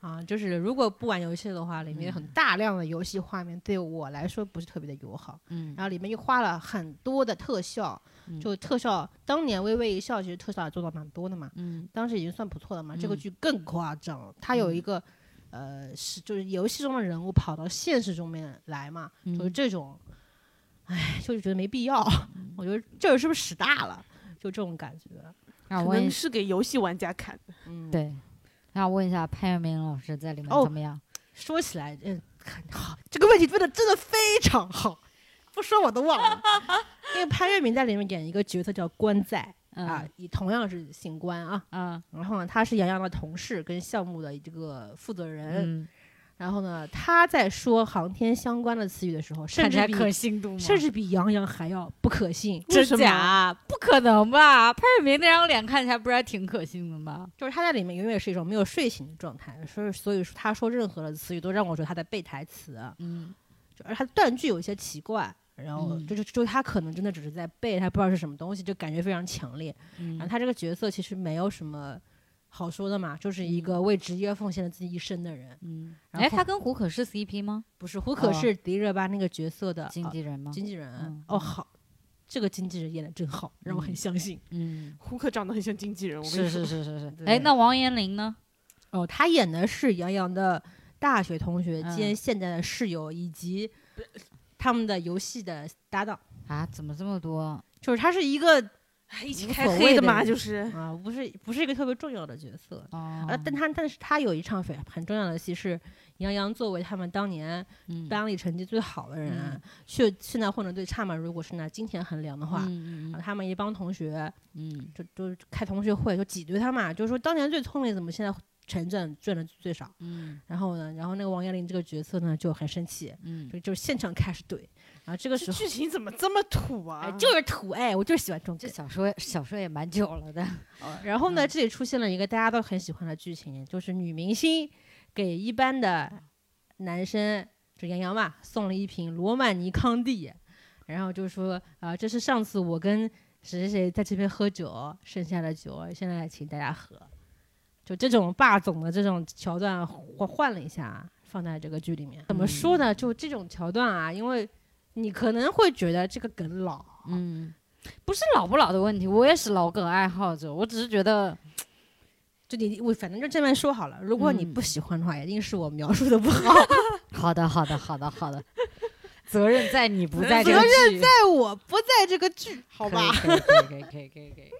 啊，就是如果不玩游戏的话，里面有很大量的游戏画面对我来说不是特别的友好，
嗯
然后里面又花了很多的特效，
嗯
就特效当年《微微一笑》其实特效也做到蛮多的嘛，
嗯
当时已经算不错了嘛。这个
嗯
剧更夸张，它有一个、呃是就是游戏中的人物跑到现实中面来嘛，就是
嗯
这种，哎，就是觉得没必要。 我觉得这人是不是使大了？就这种感觉。
让
啊
可
我问
能
一
是给游戏玩家看的，
嗯，。
对，让我问一下潘粤明老师在里面
哦
怎么样？
说起来，嗯，很好，这个问题问的真的非常好，不说我都忘 了。因为潘粤明在里面演一个角色叫关在啊
嗯，
也同样是姓关啊。
啊
然后呢，他是杨洋的同事跟项目的这个负责人。
嗯，
然后呢，他在说航天相关的词语的时候，甚
看起
至
来
比
可信度吗？
甚至比杨洋还要不可信。
为
真
什么
假？不可能吧？潘粤明那张脸看起来不是还挺可信的吗？
就是他在里面永远是一种没有睡醒的状态，所以所以说他说任何的词语都让我觉得他在背台词，啊
嗯
就而他的断句有一些奇怪，然后
嗯
就就就他可能真的只是在背，他不知道是什么东西，就感觉非常强烈。然后
嗯
他这个角色其实没有什么好说的嘛，就是一个为职业奉献了自己一生的人，
嗯。
然
哎，
后
他跟胡可是 CP 吗？
不是胡可
哦
是迪热巴那个角色的
啊经
呃
纪人吗？
经纪人、
嗯
哦，好，这个经纪人演的真好，让我很
嗯
相信。
嗯，
胡可长得很像经纪人，我跟
是
你说
是，是是 是。
对
哎，那王彦霖呢？
哦，他演的是杨洋的大学同学兼
嗯
现在的室友，以及他们的游戏的搭档，
啊，怎么这么多？
就是他是一个
哎一起
无
开
所谓
黑
的
嘛，
人
就是
啊、不是不是一个特别重要的角色。
哦，
呃，但他但是他有一场非很重要的戏是杨洋作为他们当年
嗯
班里成绩最好的人
嗯，
却、现在混得最差嘛。如果是拿金钱衡量的话，
嗯
然后
嗯
他们一帮同学
嗯
就就开同学会就挤兑他嘛，就是说当年最聪明，怎么现在成绩赚的最少？
嗯
然后呢，然后那个王彦霖这个角色呢就很生气，
嗯
就就现场开始怼。然后这个时
这
候，
剧情怎么这么土啊？
哎，就是土哎，我就是喜欢这种
这
梗。
小说小说也蛮久了的。
然后呢，
嗯
这里出现了一个大家都很喜欢的剧情，就是女明星给一般的男生，就杨洋嘛，送了一瓶罗曼尼康帝，然后就说啊、这是上次我跟谁谁谁在这边喝酒剩下的酒，现在请大家喝。就这种霸总的这种桥段换换了一下，放在这个剧里面，怎么说呢？就这种桥段啊，因为你可能会觉得这个梗老，
嗯，不是老不老的问题，我也是老梗爱好者，我只是觉得
就你我反正就这面说好了，如果你
嗯
不喜欢的话，一定是我描述的不好。
好的，好的，好的，好的，责任在你，不在这
责
个
任
剧，
在我不在这个剧，好
可以
吧？
可以可以可以可以可以，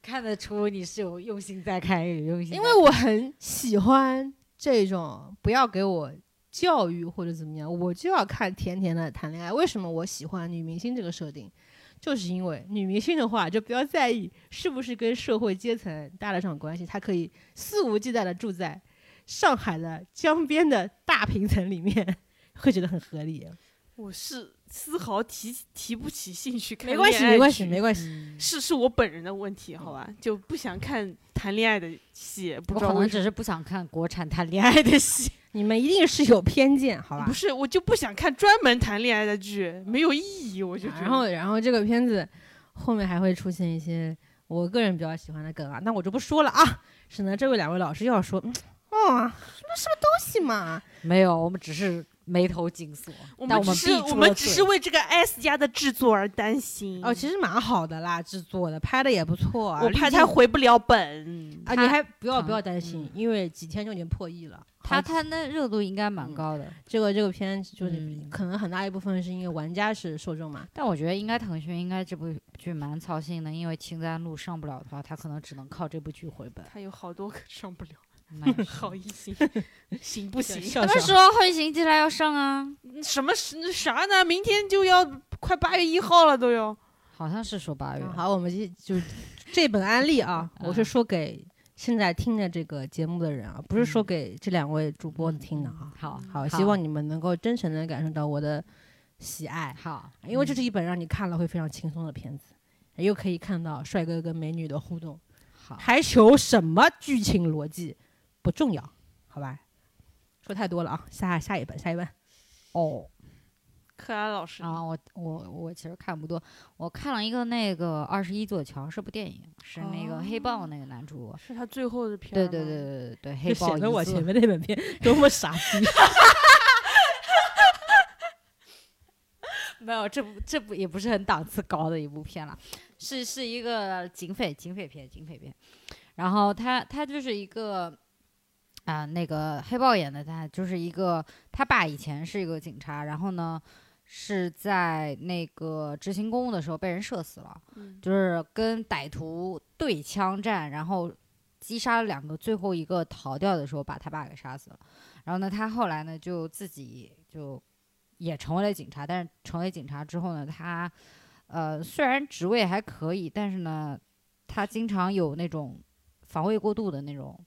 看得出你是有用心在看，有用心在看，
因为我很喜欢这种不要给我教育或者怎么样，我就要看甜甜的谈恋爱。为什么我喜欢女明星这个设定？就是因为女明星的话，就不要在意是不是跟社会阶层搭了上关系，她可以肆无忌惮的住在上海的江边的大平层里面， 会觉得很合理。
我是丝毫提提不起兴趣看
没关系，
恋爱
没关系，
剧
没关系。
嗯
是是我本人的问题，好吧，就不想看谈恋爱的戏，不
我
知道
可能
为什
只是不想看国产谈恋爱的戏，
你们一定是有偏见，好
么，
吧
不？是，我就不想看专门谈恋爱的剧，没有意义，我就觉得
然后，然后这个片子后面还会出现一些我个人比较喜欢的梗啊，那我就不说了啊，省得这位两位老师又要说，嗯，哦，那什么东西嘛？
没有，我们只是眉头紧锁，
我
但
们
我
只
们
是
闭
我
住
们
了
只是
嘴。
为这个 S 家的制作而担心。
哦，其实蛮好的啦，制作的拍的也不错啊，
嗯我
滤
怕
镜
他回不了本。
啊，你还不要
他
嗯
不要担心，因为几天就已经破亿了，
它它那热度应该蛮高的，
这个这个片就是
嗯
可能很大一部分是因为玩家是受众嘛，
但我觉得应该腾讯应该这部剧蛮操心的，因为青簪路上不了的话，他可能只能靠这部剧回本。
他有好多个上 不了，
那也是
好一 心行不 行？
笑
什么时候《后行记》来要上啊？
什么是啥呢？明天就要快八月一号了，都要。
好像是说八月。
嗯好，我们就就这本案例 啊，
啊嗯
我是说给现在听的这个节目的人啊，不是说给这两位主播听的啊。
嗯好
好，希望你们能够真诚的感受到我的喜爱，
好，
因为这
嗯
是一本让你看了会非常轻松的片子，又可以看到帅哥跟美女的互动，
好
还求什么剧情逻辑不重要，好吧？说太多了啊，下下一本，下一本。
哦
柯安老师，
啊，我我我其实看不多，我看了一个那个《二十一座桥》是部电影，是那个黑豹那个男主。
是他最后的片
对
儿
对
吗
对对对对，黑
就
豹
显
一
得我
座
前面那本片多么傻逼。
没有，这部这部也不是很档次高的一部片了，是是一个警匪警匪片，警匪片。然后他他就是一个啊、那个黑豹演的他就是一个他爸以前是一个警察，然后呢是在那个执行公务的时候被人射死了，
嗯
就是跟歹徒对枪战，然后击杀了两个，最后一个逃掉的时候把他爸给杀死了。然后呢，他后来呢就自己就也成为了警察，但是成为警察之后呢，他呃虽然职位还可以，但是呢，他经常有那种防卫过度的那种，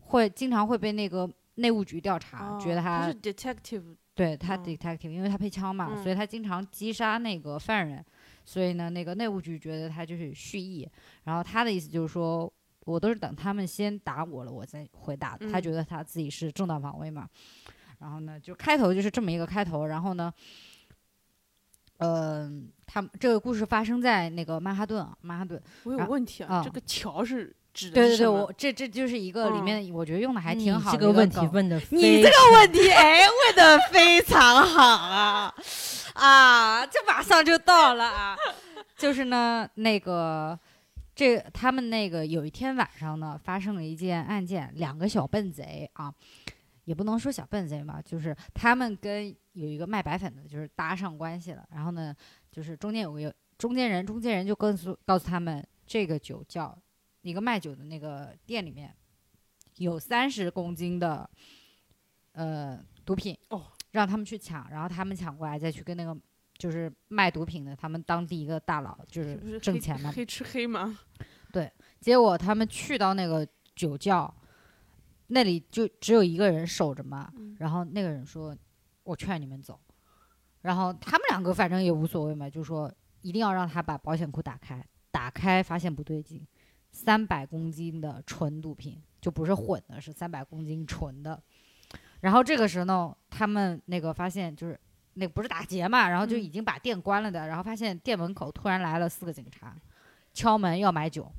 会经常会被那个内务局调查，
哦
啊觉得
他
他
是 detective，
对他
嗯
detective，、因为他配枪嘛，
嗯
所以他经常击杀那个犯人，所以呢，那个内务局觉得他就是蓄意，然后他的意思就是说，我都是等他们先打我了，我再回答。他
嗯
觉得他自己是正当防卫嘛，然后呢，就开头就是这么一个开头，然后呢，嗯、他们这个故事发生在那个曼哈顿，啊，曼哈顿，
我有
啊
问题
啊
这个桥是指的
对对对，
是什么
我这这就是一个里
嗯
面我觉得用 的还
你
挺好的
嗯这
一
个问题
梗
问的，
你这个问题哎问的非常好啊，
啊，这马上就到了啊！就是呢，那个这他们那个有一天晚上呢，发生了一件案件，两个小笨贼啊，也不能说小笨贼嘛，就是他们跟有一个卖白粉的，就是搭上关系了。然后呢，就是中间有个有中间人，中间人就告诉告诉他们，这个酒窖一个卖酒的那个店里面有三十公斤的呃毒品
哦，
让他们去抢，然后他们抢过来再去跟那个就是卖毒品的他们当地一个大佬就是
不是
是挣
黑
钱嘛，
黑吃黑吗？
结果他们去到那个酒窖，那里就只有一个人守着嘛。然后那个人说：“我劝你们走。”然后他们两个反正也无所谓嘛，就说一定要让他把保险库打开。打开发现不对劲，三百公斤的纯毒品，就不是混的，是三百公斤纯的。然后这个时候呢，他们那个发现就是那个不是打劫嘛，然后就
嗯
已经把店关了的，然后发现店门口突然来了四个警察，敲门要买酒。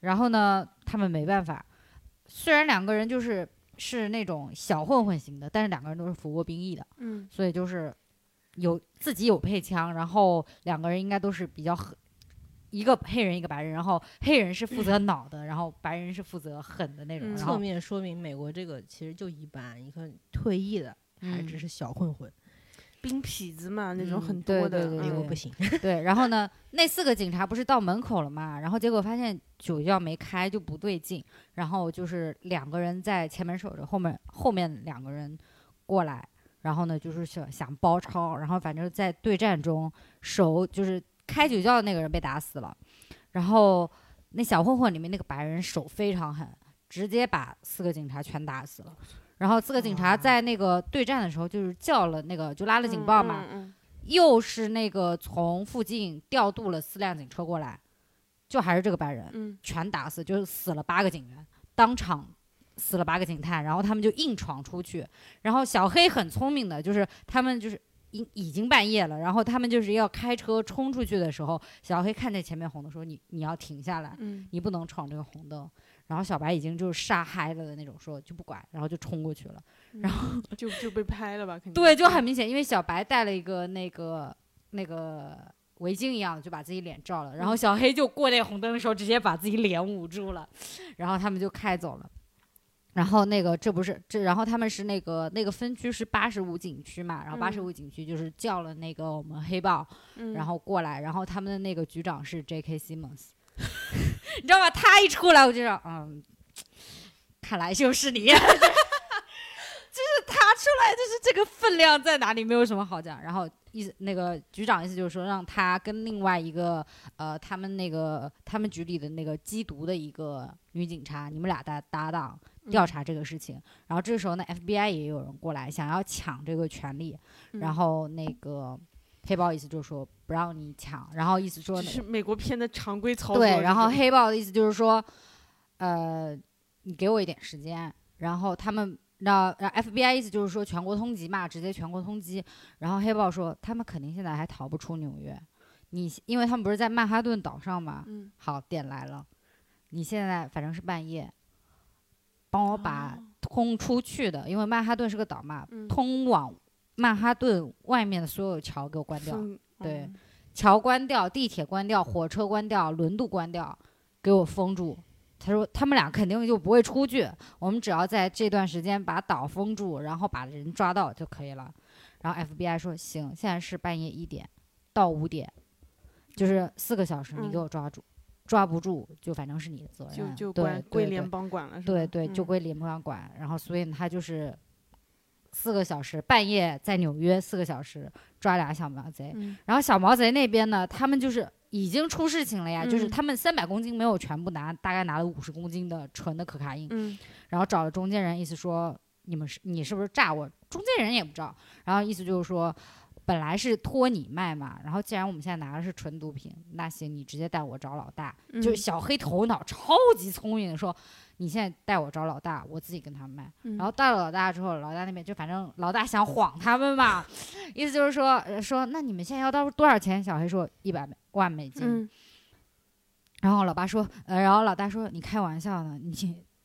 然后呢，他们没办法，虽然两个人就是是那种小混混型的，但是两个人都是服过兵役的，
嗯，
所以就是有自己有配枪，然后两个人应该都是比较狠，一个黑人一个白人，然后黑人是负责脑的，然后白人是负责狠的那种，
嗯
然
侧
后
面说明美国这个其实就一般，你看退役的还只是小混混，
冰痞子嘛，那种
嗯
很
对
多的，
对对
美
嗯
国
对
不 行。
对，然后呢，那四个警察不是到门口了嘛，然后结果发现酒窖没开，就不对劲，然后就是两个人在前门守着，后面后面两个人过来，然后呢就是想想包抄，然后反正在对战中手就是开酒窖的那个人被打死了，然后那小混混里面那个白人手非常狠，直接把四个警察全打死了。然后四个警
哦
察
哇
在那个对战的时候，就是叫了那个就拉了警报嘛，
嗯嗯
又是那个从附近调度了四辆警车过来，就还是这个白人，
嗯
全打死，就是死了八个警员，当场死了八个警探，然后他们就硬闯出去。然后小黑很聪明的，就是他们就是已已经半夜了，然后他们就是要开车冲出去的时候，小黑看见前面红灯说：“你你要停下来，
嗯
你不能闯这个红灯。”然后小白已经就是杀嗨了的那种，说就不管，然后就冲过去了。
嗯，
然
后就就被拍了吧，肯定嗯
对，就很明显，因为小白戴了一个那个那个围巾一样的，就把自己脸罩了。
嗯
然后小黑就过那红灯的时候，直接把自己脸捂住了，然后他们就开走了。然后那个这不是这，然后他们是那个那个分区是八十五景区嘛，然后
嗯
八十五景区就是叫了那个我们黑豹，
嗯
然后过来，然后他们的那个局长是 J.K. Simmons，你知道吧？他一出来我就说，嗯，看来就是你， 就是他出来就是这个分量在哪里，没有什么好讲。然后意思那个局长意思就是说让他跟另外一个呃他们那个他们局里的那个缉毒的一个女警察，你们俩搭搭档。
嗯
调查这个事情，然后这时候呢，FBI 也有人过来想要抢这个权利，
嗯
然后那个黑豹意思就是说不让你抢，然后意思说
就
那
是美国片的常规操作。
对，然后黑豹的意思就是说，呃，你给我一点时间。然后他们那那 FBI 意思就是说全国通缉嘛，直接全国通缉。然后黑豹说他们肯定现在还逃不出纽约，你因为他们不是在曼哈顿岛上嘛。
嗯，
好，点来了，你现在反正是半夜，帮我把
哦
通出去的，因为曼哈顿是个岛嘛，
嗯
通往曼哈顿外面的所有桥给我关掉。
封
对
嗯
桥关掉，地铁关掉，火车关掉，轮渡关掉，给我封住。他说他们俩肯定就不会出去，我们只要在这段时间把岛封住，然后把人抓到就可以了。然后 FBI 说行，现在是半夜一点到五点，就是四个小时，你
嗯
给我抓住，抓不住就反正是你的责
就
任，啊
就
哎对
管
对
归
对
联邦管了，是
对
吧
对，就
嗯
归联邦管。然后所以他就是四个小时，半夜在纽约四个小时抓俩小毛贼，
嗯
然后小毛贼那边呢，他们就是已经出事情了呀，就是
嗯
他们三百公斤没有全部拿，大概拿了五十公斤的纯的可卡因，
嗯
然后找了中间人，意思说你们是你是不是诈我？中间人也不知道，然后意思就是说。本来是托你卖嘛，然后既然我们现在拿的是纯毒品，那行，你直接带我找老大。
嗯
就是小黑头脑超级聪明的说，你现在带我找老大，我自己跟他卖。
嗯
然后到了老大之后，老大那边就反正老大想晃他们嘛， 意思就是说呃说那你们现在要到多少钱？小黑说一百万美金。
嗯
然后老爸说，呃，然后老大说你开玩笑呢，你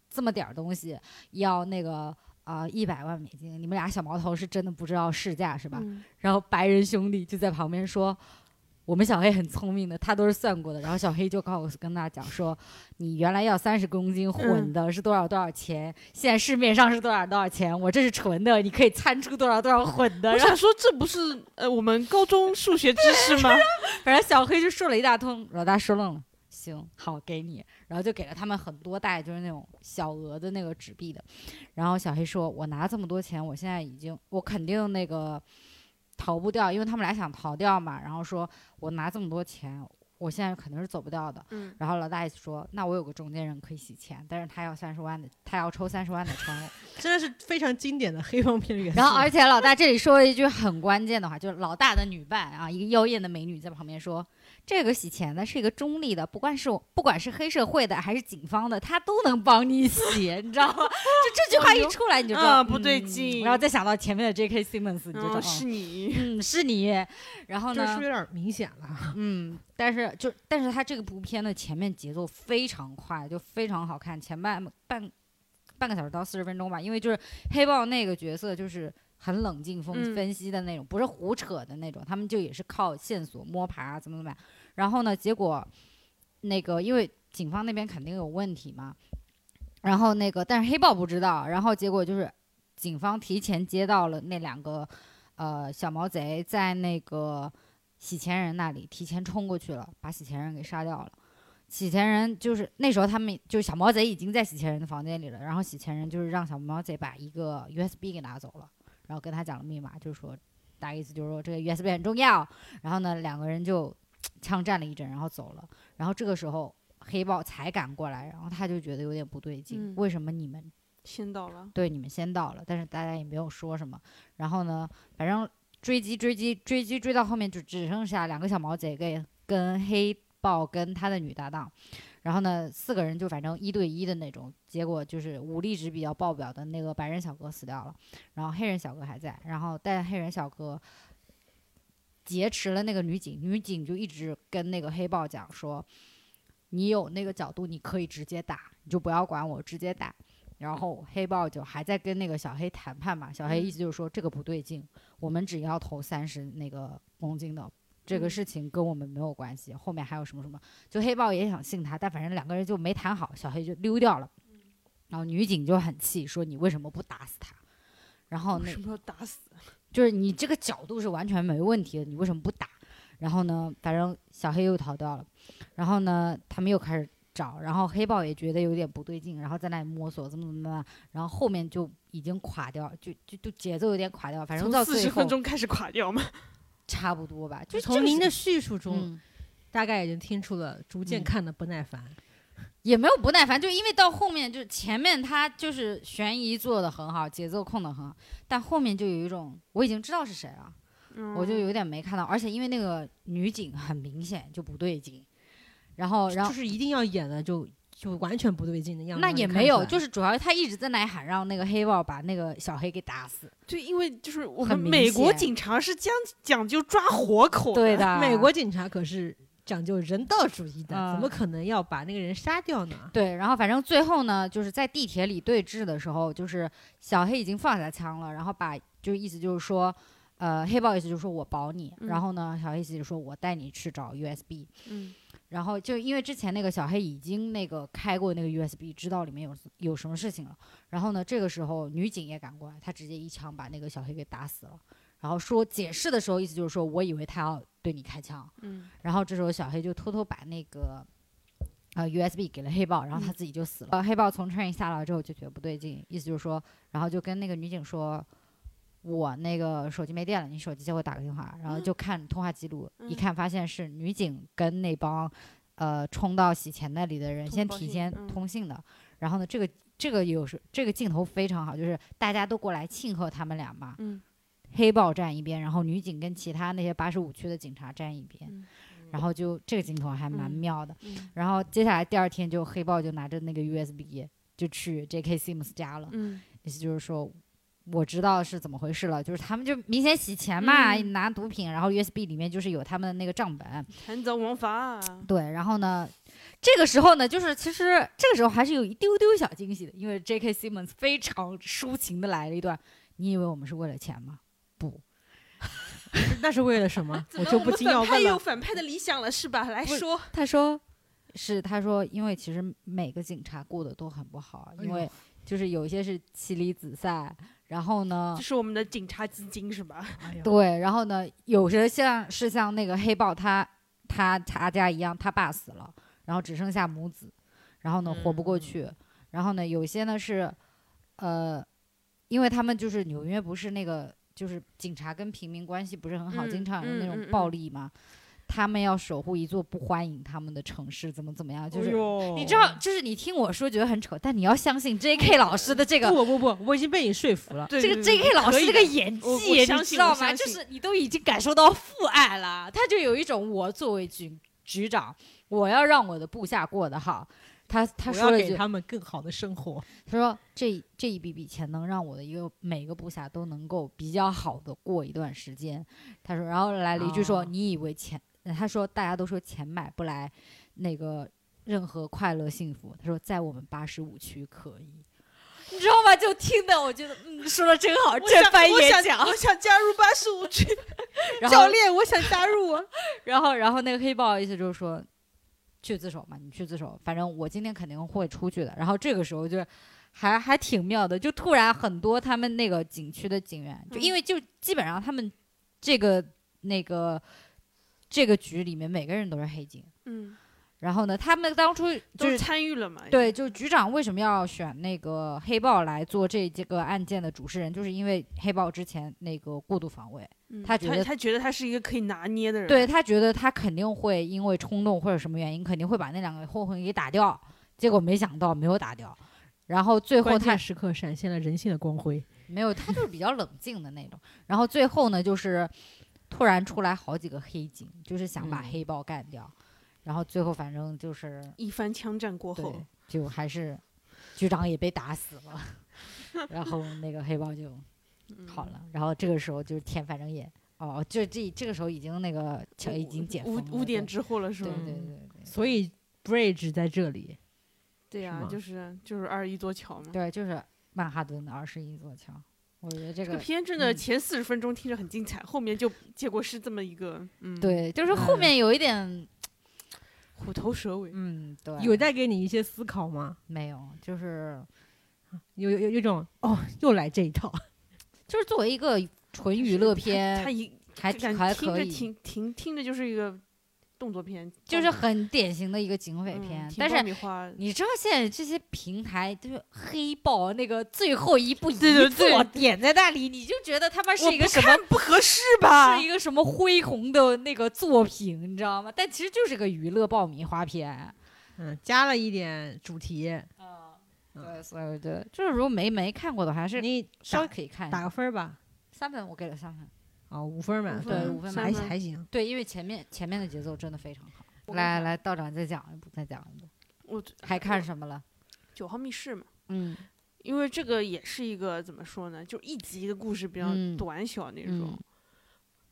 这么点儿东西要那个啊一百万美金，你们俩小毛头是真的不知道市价是吧？
嗯
然后白人兄弟就在旁边说。我们小黑很聪明的，他都是算过的。然后小黑就告诉跟大家讲说，你原来要三十公斤
嗯
混的是多少多少钱，现在市面上是多少多少钱，我这是纯的，你可以参出多少多少混的。
我
然后
想说，这不是呃我们高中数学知识 吗？
反正小黑就说了一大通，老大说愣了，行，好给你。然后就给了他们很多袋，就是那种小额的那个纸币的。然后小黑说：“我拿这么多钱，我现在已经，我肯定那个逃不掉，因为他们俩想逃掉嘛。然后说我拿这么多钱，我现在肯定是走不掉的。
嗯
然后老大意思说，那我有个中间人可以洗钱，但是他要三十万的，他要抽三十万的成。
真的是非常经典的黑帮片的 元素。
然后而且老大这里说了一句很关键的话，就是老大的女伴啊，一个妖艳的美女在旁边说，这个洗钱呢是一个中立的，不管是我不管是黑社会的还是警方的，他都能帮你洗，你知道吗？ 就这句话一出来你就知道、
啊不对
嗯
劲
然后再想到前面的 J.K. Simmons，你就知道、啊
嗯，是你，
嗯是你，然后
这是
呢
不是有点明显了？
嗯，但是就但是他这个部片的前面节奏非常快，就非常好看，前半半半个小时到四十分钟吧，因为就是黑豹那个角色就是很冷静分
嗯
分析的那种，不是胡扯的那种，他们就也是靠线索摸爬啊怎么怎么样，然后呢，结果那个因为警方那边肯定有问题嘛，然后那个但是黑豹不知道，然后结果就是警方提前接到了那两个呃小毛贼在那个洗钱人那里提前冲过去了，把洗钱人给杀掉了。洗钱人就是那时候他们就是小毛贼已经在洗钱人的房间里了，然后洗钱人就是让小毛贼把一个 USB 给拿走了，然后跟他讲了密码，就是说大概意思就是说这个 USB 很重要。然后呢，两个人就枪战了一阵，然后走了。然后这个时候黑豹才赶过来，然后他就觉得有点不对劲，
嗯
为什么你们
先到了，
对，你们先到了，但是大家也没有说什么。然后呢，反正追击、追击、追击，追到后面就只剩下两个小毛贼跟跟黑豹跟他的女搭档，然后呢，四个人就反正一对一的那种。结果就是武力值比较爆表的那个白人小哥死掉了，然后黑人小哥还在，然后但黑人小哥劫持了那个女警，女警就一直跟那个黑豹讲说。你有那个角度，你可以直接打，你就不要管我，直接打。然后黑豹就还在跟那个小黑谈判嘛，小黑意思就是说这个不对劲，我们只要投三十那个公斤的，这个
嗯
事情跟我们没有关系，后面还有什么什么，就黑豹也想信他，但反正两个人就没谈好，小黑就溜掉了。然后女警就很气，说你为什么不打死他？然后
为
那
什么要打死？
就是你这个角度是完全没问题的，你为什么不打？然后呢，反正小黑又逃掉了，然后呢，他们又开始找，然后黑豹也觉得有点不对劲，然后在那里摸索，怎么怎么怎么，然后后面就已经垮掉，就就就节奏有点垮掉，反正
从
到
四
最
十
后
分钟开始垮掉嘛。
差不多吧，就
就
这
从
个
您
是
的叙述中，
嗯，
大概已经听出了逐渐
嗯
看的不耐烦。
也没有不耐烦，就因为到后面就是前面他就是悬疑做的很好，节奏控的很好，但后面就有一种我已经知道是谁了，我就有点没看到，而且因为那个女警很明显就不对劲，然后哦然后
就是一定要演的就就完全不对劲的样子。
那
让
也
你
没
看出
有，
来
就是主要他一直在那里喊让那个黑豹把那个小黑给打死，
就因为就是我
很
们
明
美国
显
警察是讲讲究抓活口
对
的，
的，
美国警察可是讲究人道主义的，
嗯
怎么可能要把那个人杀掉呢？
对，然后反正最后呢，就是在地铁里对峙的时候，就是小黑已经放下枪了，然后把就意思就是说，呃，黑豹意思就是说我保你，然
嗯
后呢，小黑意思就是说我带你去找 USB，
嗯，
然后就因为之前那个小黑已经那个开过那个 USB，知道里面有有什么事情了，然后呢，这个时候女警也赶过来，她直接一枪把那个小黑给打死了，然后说解释的时候意思就是说我以为他要对你开枪，
嗯，
然后这时候小黑就偷偷把那个呃 USB 给了黑豹，然
嗯
后他自己就死了。呃黑豹从 train 下来之后就觉得不对劲，意思就是说，然后就跟那个女警说。我那个手机没电了，你手机借我打个电话，然后就看通话记录，一
嗯
看发现是女警跟那帮，呃，冲到洗钱那里的人
通
先
报
提
信
前
嗯
通信的，然后呢，这个这个有时这个镜头非常好，就是大家都过来庆贺他们俩嘛，
嗯
黑豹站一边，然后女警跟其他那些八十五区的警察站一边，
嗯
然后就这个镜头还蛮
嗯
妙的。
嗯
然后接下来第二天就黑豹就拿着那个 USB 就去 J.K. Sims 家了，
嗯，
意思就是说我知道是怎么回事了，就是他们就明显洗钱嘛，
嗯
拿毒品，然后 USB 里面就是有他们的那个账本，
贪赃枉法啊，
对，然后呢，这个时候呢，就是其实这个时候还是有一丢丢小惊喜的，因为 J.K. Simmons 非常抒情的来了一段：“你以为我们是为了钱吗？不，
那是为了什么？哎
怎
我
么
就不
们
禁
反
要
派
问
有
了。
反派的理想了是吧？来
不是
说，
他说 是，他说因为其实每个警察过得都很不好，
哎
因
呦
为就是有一些是妻离子散，然后呢
这，是我们的警察基金是吧？
哎呦
对，然后呢，有些像是像那个黑豹他他他家一样，他爸死了，然后只剩下母子，然后呢活不过
嗯
去，然后呢有些呢是，呃，因为他们就是纽约不是那个就是警察跟平民关系不是很好，经
嗯
常有那
嗯
种
嗯
暴
嗯
力嘛，他们要守护一座不欢迎他们的城市，怎么怎么样，
哎
就是。
哎呦
你知道，就是你听我说觉得很丑，但你要相信 J.K. 老师的这个
不不不，我已经被你说服了。
对
这个
对
J.K. 老师这个演
我我
技，你
相
知
信
道
我
吗？
相
就
信
是你都已经感受到父爱了，他就有一种我作为局局长，我要让我的部下过得好。他他
我
说
要
了一
给
句，
他们更好的生活。
他说这这一笔笔钱能让我的一个每个部下都能够比较好的过一段时间。他说，然后来了一句说，
哦
你以为钱？呃他说大家都说钱买不来那个任何快乐幸福。他说在我们八十五区可以。你知道吗？就听的，我觉得，嗯，说的真好，
我
这
想
番
我
演
想
讲。
我哦想加入八十五区，
然
教
后，
练，我想加入啊！
然后，然后那个黑豹意思就是说，去自首嘛，你去自首，反正我今天肯定会出去的。然后这个时候就还还挺妙的，就突然很多他们那个景区的警员，就因
嗯
为就基本上他们这个那个这个局里面每个人都是黑警。
嗯，
然后呢，他们当初就
都
是
参与了嘛，
对，，就局长为什么要选那个黑豹来做这这个案件的主持人，就是因为黑豹之前那个过度防卫。
嗯、
他
他
觉得
他觉得他是一个可以拿捏的人，
对，他觉得他肯定会因为冲动或者什么原因，肯定会把那两个混混给打掉。结果没想到没有打掉，然后最后
关键
他
时刻闪现了人性的光辉。
没有，他就是比较冷静的那种。然后最后呢，就是突然出来好几个黑警，就是想把
嗯
黑豹干掉。然后最后反正就是
一番枪战过
对
后，，
就还是局长也被打死了， 然后那个黑豹就好了。
嗯
然后这个时候就是天，反正也哦，就这这个时候已经那个
五
已经解封了，
五五点
对
之后了是
对
吧？
对
嗯
对对。
所以 bridge 在这里，
对呀、
是吗
就是就是二一座桥嘛。
对，就是曼哈顿的二十一座桥。我觉得这
这
个
个片真的
嗯
前四十分钟听着很精彩，后面就结果是这么一个嗯，，
对，就是后面有一点，
虎头蛇尾。
嗯，对，
有带给你一些思考吗？
没有？就是
有有有有种哦，又来这一套，
就是作为一个纯娱乐片
他，一
还
就感
还
听
可
着
以
挺挺听着就是一个动作片，
就是很典型的一个警匪
嗯
片。
挺
但
爆
是
米花
你知道现在这些平台就是黑豹那个最后一部
对对
一
对
做点在那里，你就觉得他妈是
我
一个
不
什么
看不合适吧
是？一个什么恢宏的那个作品，你知道吗？但其实就是个娱乐爆米花片。
嗯，加了一点主题，
嗯
对，所以对，就是如果没没看过的话，还是
你
稍
稍
微
微
可以看一
打
下。
个分儿吧，
三分我给了三分，
啊，五分儿满
五
分，
对
分
五分
三
满
还
分
还行，
对，因为前面前面的节奏真的非常好。
我跟你
来
讲
来，道长再讲一部，再讲一部，
我
还看什么了？
九号密室嘛，
嗯
因为这个也是一个怎么说呢，就一集一个故事比较
嗯
短小那种。
嗯，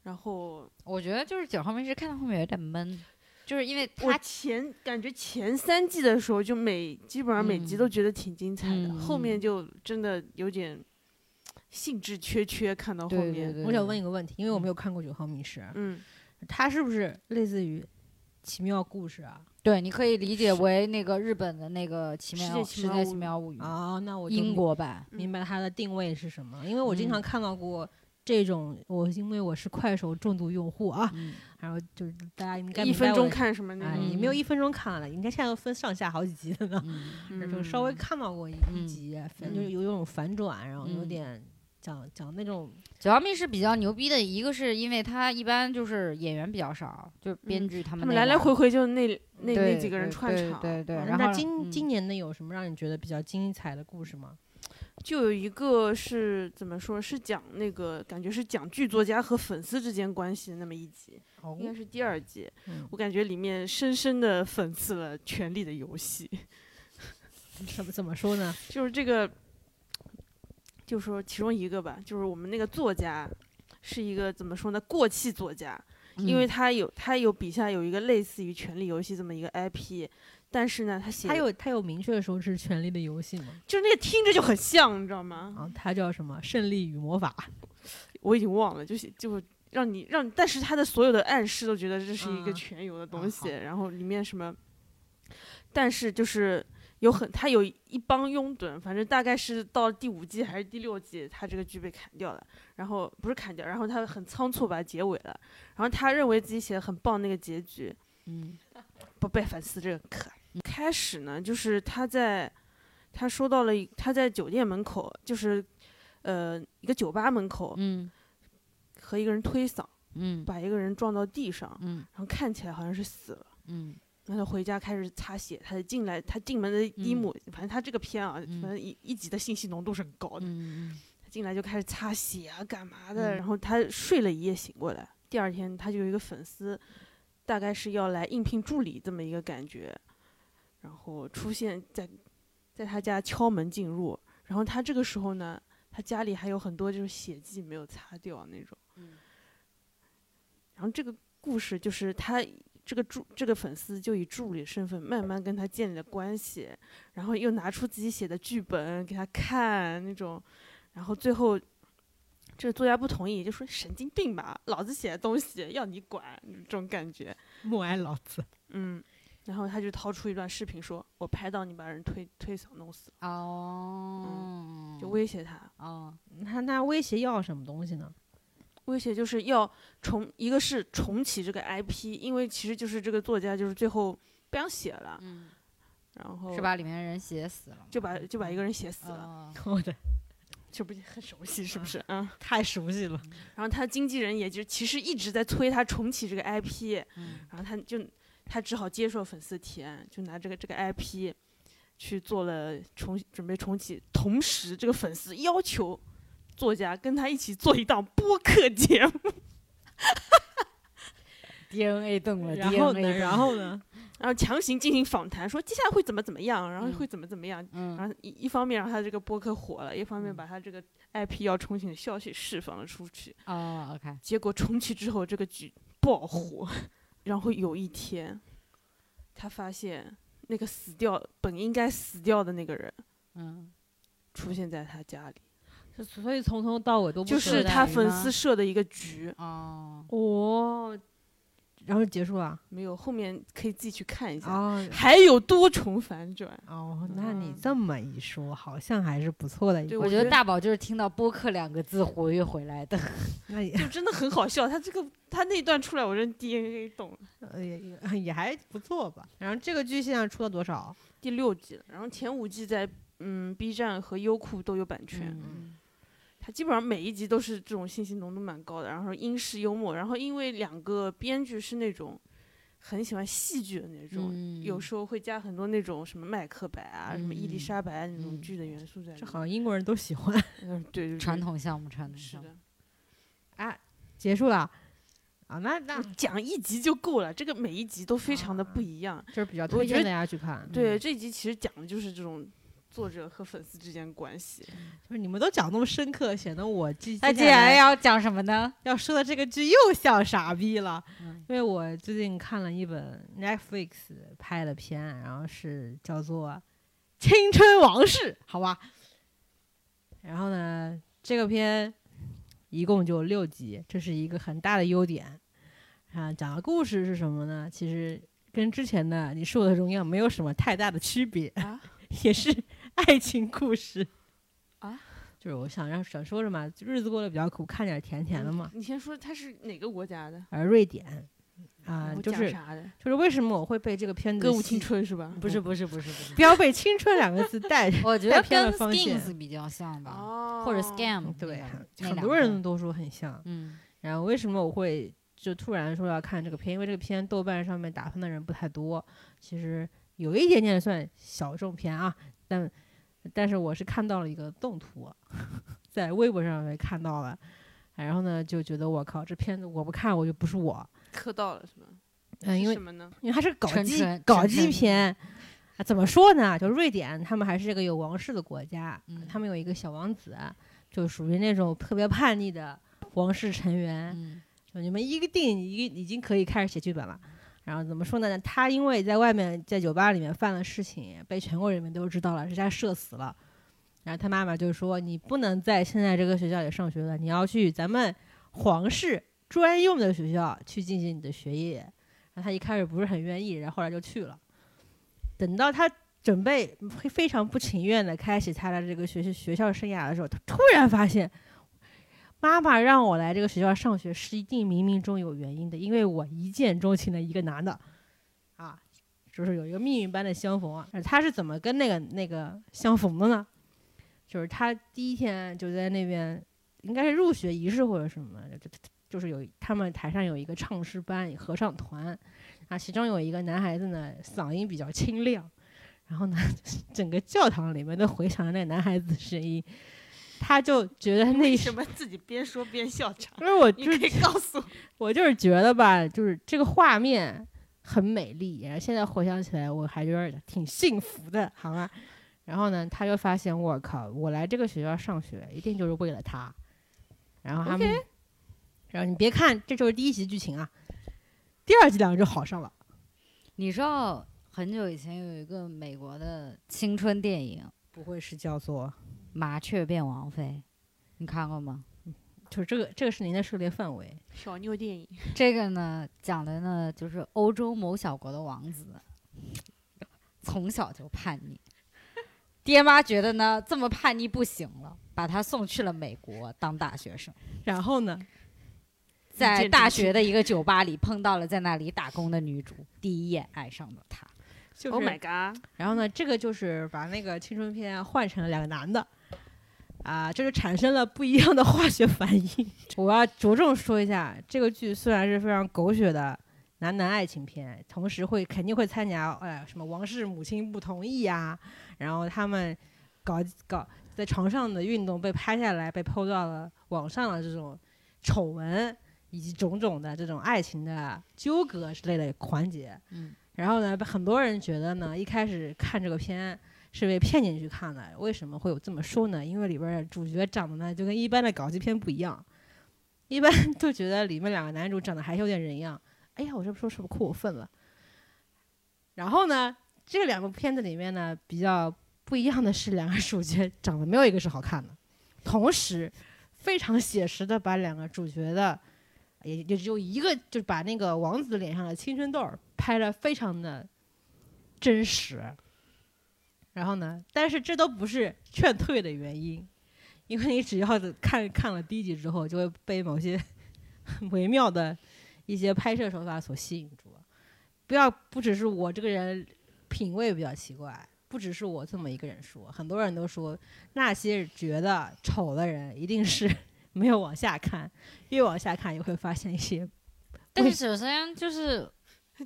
然后
我觉得就是九号密室看到后面有点闷，就是因为
我
他
前感觉前三季的时候，就每基本上每集
嗯
都觉得挺精彩的，
嗯
后面就真的有点兴致缺缺，看到后
对
面。
对对，
我想
对
问一个问题，因为我没有看过《九号密室》，
嗯，
它是不是类似于《奇妙故事》啊？
对，你可以理解为那个日本的那个奇
世
妙
界奇
世界
妙物啊
奇
语
妙物语，
哦，那我就
英国 版。
明白它的定位是什么，因为我
嗯
经常看到过这种，我因为我是快手重度用户啊，
嗯
然后就是大家应该
一
明白
分
我
钟
的。
看什么那
哎，
种，
也没有一分钟看了，应该现在都分上下好几集 了呢。
嗯
嗯
就稍微看到过一
嗯
一集，反正就是
嗯
有有种反转，然后有
嗯
点讲讲那种
九号密室比较牛逼的一个是因为它一般就是演员比较少，就是编剧他
嗯他
们
们
那
来来
两
回回就那那
对
那几个人
对
串
对
场，
对对。
啊
然
那
后
今
嗯
今年的有什么让你觉得比较精彩的故事吗？
就有一个是怎么说，是讲那个感觉是讲剧作家和粉丝之间关系的那么一集，
哦
应该是第二季。
嗯
我感觉里面深深的讽刺了《权力的游戏》，
怎么怎么说 呢？
就是这个，就说其中一个吧，就是我们那个作家是一个怎么说呢，过气作家，因为
嗯
他有他有笔下有一个类似于《权力游戏》这么一个 IP，但是呢，他写
他有他有明确的说是《权力的游戏》吗？
就是那个听着就很像，你知道吗？
啊，他叫什么《胜利与魔法》
我已经忘了，就是就让你让，但是他的所有的暗示都觉得这是一个
嗯
全游的
嗯
东西，然后里面什么，但是就是有很他有一帮拥趸，反正大概是到第五季还是第六季，他这个剧被砍掉了，然后不是砍掉，然后他很仓促把它结尾了，然后他认为自己写的很棒那个结局，
嗯
不被反思这个课。开始呢，就是他在他说到了一他在酒店门口，就是呃一个酒吧门口
嗯
和一个人推搡。
嗯
把一个人撞到地上，
嗯
然后看起来好像是死了。
嗯
然后他回家开始擦血，他进来，他进门的一
嗯
幕，反正他这个片啊，
嗯
反正一一集的信息浓度是很高的。
嗯
他进来就开始擦血啊，干嘛的？
嗯
然后他睡了一夜醒过来，第二天他就有一个粉丝，大概是要来应聘助理这么一个感觉，然后出现在在他家敲门进入，然后他这个时候呢，他家里还有很多就是血迹没有擦掉那种，然后这个故事就是他。这个助这个粉丝就以助理身份慢慢跟他建立了关系，然后又拿出自己写的剧本给他看那种，然后最后这个作家不同意，就说神经病吧，老子写的东西要你管，嗯这种感觉。
默哀老子。
嗯，然后他就掏出一段视频说，我拍到你把人推推搡弄死了，
哦，
就威胁他，
哦
他 那威胁要什么东西呢？
威胁就是要重，一个是重启这个 IP，因为其实就是这个作家就是最后不想写了，
嗯，
然后
是？把里面人写死了嘛，
就把就把一个人写死了，
哦
我的
这不是很熟悉是不是？嗯，
太熟悉了，
然后他经纪人也就其实一直在催他重启这个 IP，
嗯
然后他就他只好接受粉丝提案，就拿这个这个 IP 去做了重准备重启。同时，这个粉丝要求作家跟他一起做一档播客节目，
DNA 动了，
然后呢？
DNA 动
然
了
后呢？
然后强行进行访谈，说接下来会怎么怎么样，然后
嗯
会怎么怎么样。
嗯
然后一一方面让他这个播客火了，一方面
嗯
把他这个 IP 要重启的消息释放了出去。
哦 OK
结果重启之后，这个剧爆火，然后有一天，他发现那个死掉本应该死掉的那个人
嗯
出现在他家里，
所以从头到尾都不
就
说
是
的
他
于
粉
呢
丝设的一个局。
哦
哦，
然后结束了。
没有，后面可以自己去看一下，
哦
还有多重反转。
哦，那你这么一说，好像还是不错的一
对
个。
我
我
觉
觉
得
得
大宝就是听到“播客”两个字活跃回来的。
那也
就真的很好笑。他这个他那段出来，我真 DNA 懂了。
呃也也 也还不错吧。然后这个剧现在出了多少？
第六季了，然后前五季在嗯 B 站和优酷都有版权。
嗯
它基本上每一集都是这种信息浓度蛮高的，然后英式幽默，然后因为两个编剧是那种很喜欢戏剧的那种，
嗯
有时候会加很多那种什么麦克白啊、什么伊丽
嗯
莎白啊那
嗯
种剧的元素在里
这
面。
好像英国人都喜欢。
嗯，对对对，
传统项目，传统
是
项目。
的，
啊，结束了。啊，那那
讲一集就够了，这个每一集都非常的不一样。
就是比较
我
推
觉
荐大
得
家去看。嗯
对，这集其实讲的就是这种作者和粉丝之间关系。
就是你们都讲那么深刻，显得我记。
那
接
接
下
下
来
来
要
要讲什么呢？
要说的这个剧又像傻逼了，
嗯
因为我最近看了一本 Netflix 拍的片，然后是叫做《青春王室》，好吧。然后呢，这个片一共就六集，这是一个很大的优点。啊，讲的故事是什么呢？其实跟之前的《你是我的荣耀》没有什么太大的区别，
啊
也是爱情故事
啊。
就是我想让想说什么，日子过得比较苦，看点甜甜的嘛。
你先说他是哪个国家的？
而呃瑞典，啊、
嗯我
就
讲
是
啥的？
就是为什么我会被这个片子
歌舞
吸
青春是吧？
不是，不是，不是，不是。，
不要被“青春”两个字 带着
我觉
带
得
偏了
跟
方向
Skins 比较像吧，
哦，
或者 Scam
嗯对，
那
很很
个那两
多
个
人都说很像。
嗯
然后为什么我会就突然说要看这个片？因为这个片豆瓣上面打分的人不太多，其实有一点点算小众片啊，但但是我是看到了一个动图， 在微博上面看到了，然后呢就觉得我靠，这片子我不看我就不是我，
磕到了是吧？
嗯，因
是
为
什么呢？
因为它是搞
纯
基
纯
搞
纯
基
纯
片。啊，怎么说呢？就瑞典，他们还是这个有王室的国家，
嗯
他们有一个小王子，就属于那种特别叛逆的王室成员。
嗯
就你们一个电影已已经可以开始写剧本了。然后怎么说呢？他因为在外面在酒吧里面犯了事情，被全国人民都知道了，人家社死了。然后他妈妈就说：“你不能在现在这个学校里上学了，你要去咱们皇室专用的学校去进行你的学业。”然后他一开始不是很愿意，然后后来就去了。等到他准备非非常不情愿的开始他的这个学习学校生涯的时候，他突然发现，妈妈让我来这个学校上学是一定冥冥中有原因的，因为我一见钟情的一个男的，啊，就是有一个命运般的相逢啊。他是怎么跟那个那个相逢的呢？就是他第一天就在那边，应该是入学仪式或者什么，就就就是有他们台上有一个唱诗班、合唱团，啊，其中有一个男孩子呢嗓音比较清亮，然后呢， 整个教堂里面都回响着那个男孩子的声音，他就觉得 那
为
一
什么自己边说边笑 场？
因为我
你
就
可
是
以告诉我，
我就是觉得吧，就是这个画面很美丽，然后现在回想起来，我还觉得挺幸福的，好吗？然后呢，他就发现我靠，我来这个学校上学一定就是为了他。然后他们然后你别看，这就是第一集剧情啊，第二集两个就好上了。
你知道很久以前有一个美国的青春电影《
不会是叫做，
麻雀变王妃》，你看过吗？
就是这个这个是您的涉猎范围，
小妞电影
这个呢，讲的呢就是欧洲某小国的王子，从小就叛逆，爹妈觉得呢这么叛逆不行了，把他送去了美国当大学生，
然后呢，
在
见
大
钟情
学的一个酒吧里碰到了在那里打工的女主，第一眼爱上了他。
就是、
，Oh my god！
然后呢，这个就是把那个青春片换成了两个男的，啊，这就产生了不一样的化学反应。我要着重说一下，这个剧虽然是非常狗血的男男爱情片，同时会肯定会参加哎什么王室母亲不同意啊，然后他们搞搞在床上的运动被拍下来被 PO 到了网上的这种丑闻，以及种种的这种爱情的纠葛之类的环节。
嗯，
然后呢，很多人觉得呢，一开始看这个片是被骗进去看的。为什么会有这么说呢？因为里边的主角长得呢，就跟一般的搞基片不一样，一般就觉得里面两个男主长得还有点人样。哎呀，我这么说是不是过分了？然后呢，这两部片子里面呢，比较不一样的是，两个主角长得没有一个是好看的，同时非常写实的把两个主角的也也只有一个，就是把那个王子脸上的青春痘儿拍的非常的真实。然后呢，但是这都不是劝退的原因，因为你只要是看看了第一集之后，就会被某些 微妙的一些拍摄手法所吸引住。不要不只是我这个人品味比较奇怪，不只是我这么一个人说，很多人都说那些觉得丑的人一定是 没有往下看，越往下看也会发现一些，
但是首先就是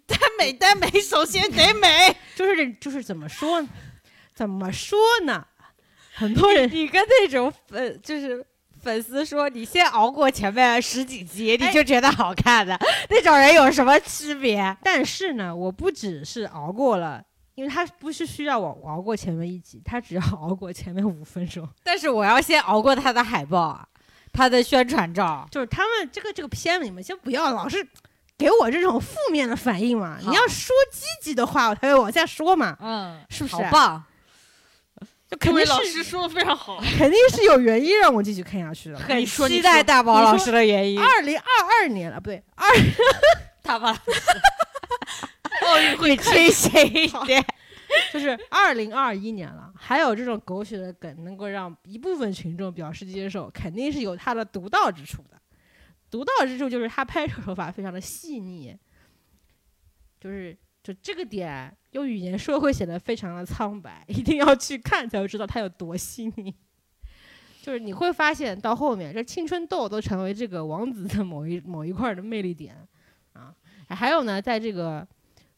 耽美耽美，哎首先得美。
就是就是怎么说呢，怎么说呢？很多人
你跟那种粉就是粉丝说你先熬过前面十几集，你就觉得好看的、那种人有什么区别？
但是呢，我不只是熬过了，因为他不是需要我熬过前面一集，他只要熬过前面五分钟。
但是我要先熬过他的海报啊，他的宣传照。
就是他们这个这个片子，你们先不要老是给我这种负面的反应嘛。你
好
要说积极的话，我才会往下说嘛。
嗯，
是不是
好棒？
就肯
各位
定
老
是
师说的非常好，
肯定是有原因让我继续看下去的。
很
说你
期待
说
大宝
你
老
说
师的原因。
二零二二年了，不对，二
大宝，
奥运会
你清醒一点。
就是二零二一年了，还有这种狗血的梗能够让一部分群众表示接受，肯定是有它的独到之处的。独到之处就是它拍摄手法非常的细腻，就是就这个点用语言说会显得非常的苍白， 一定要去看才会知道它有多细腻。就是你会发现到后面，这青春痘都成为这个王子的某一某一块儿的魅力点啊。还有呢，在这个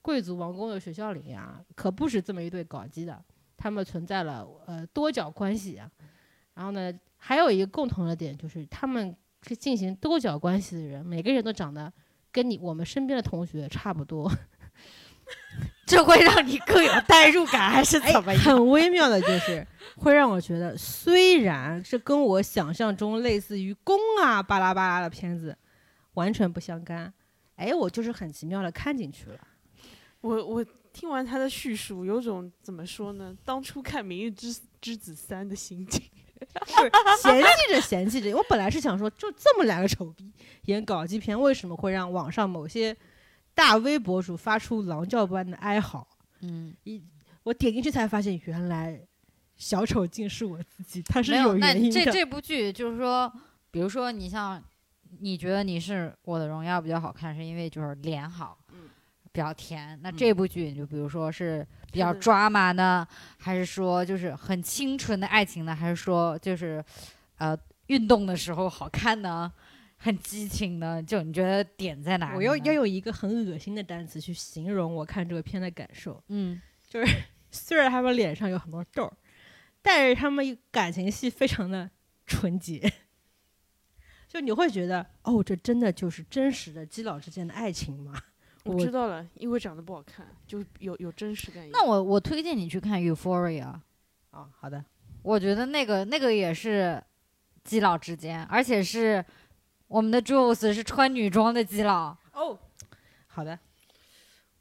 贵族王宫的学校里面啊，可不止这么一对搞基的，他们存在了呃多角关系啊。然后呢，还有一个共同的点就是，他们是进行多角关系的人，每个人都长得跟你我们身边的同学差不多，
这会让你更有代入感，还是怎么样？
很微妙的就是会让我觉得，虽然是跟我想象中类似于宫啊巴拉巴拉的片子完全不相干，哎，我就是很奇妙的看进去了。
我我听完他的叙述，有种怎么说呢？当初看《明日之之子三》的心情。
嫌弃着嫌弃着。我本来是想说，就这么两个丑逼演搞基片，为什么会让网上某些大 V 博主发出狼叫般的哀嚎？
嗯，
我点进去才发现，原来小丑竟是我自己，他是
没有。那
原因
这
的。
这部剧就是说，比如说你像，你觉得你是《我的荣耀》比较好看，是因为就是脸好，
嗯
比较甜。那
嗯
这部剧，你就比如说是比较
是
drama 呢，还是说就是很清纯的爱情呢，还是说就是呃运动的时候好看呢？很激情呢？就你觉得点在哪里呢？
我要要用一个很恶心的单词去形容我看这个片的感受。
嗯，
虽然他们脸上有很多痘儿，但是他们感情戏非常的纯洁， 就你会觉得，哦，这真的就是真实的基佬之间的爱情吗？
我
我
知道了，因为长得不好看，就有有真实感。
那我我推荐你去看《Euphoria》。
哦，好的，
我觉得那个那个也是基佬之间，而且是我们的 Jules 是穿女装的基佬
哦，好的，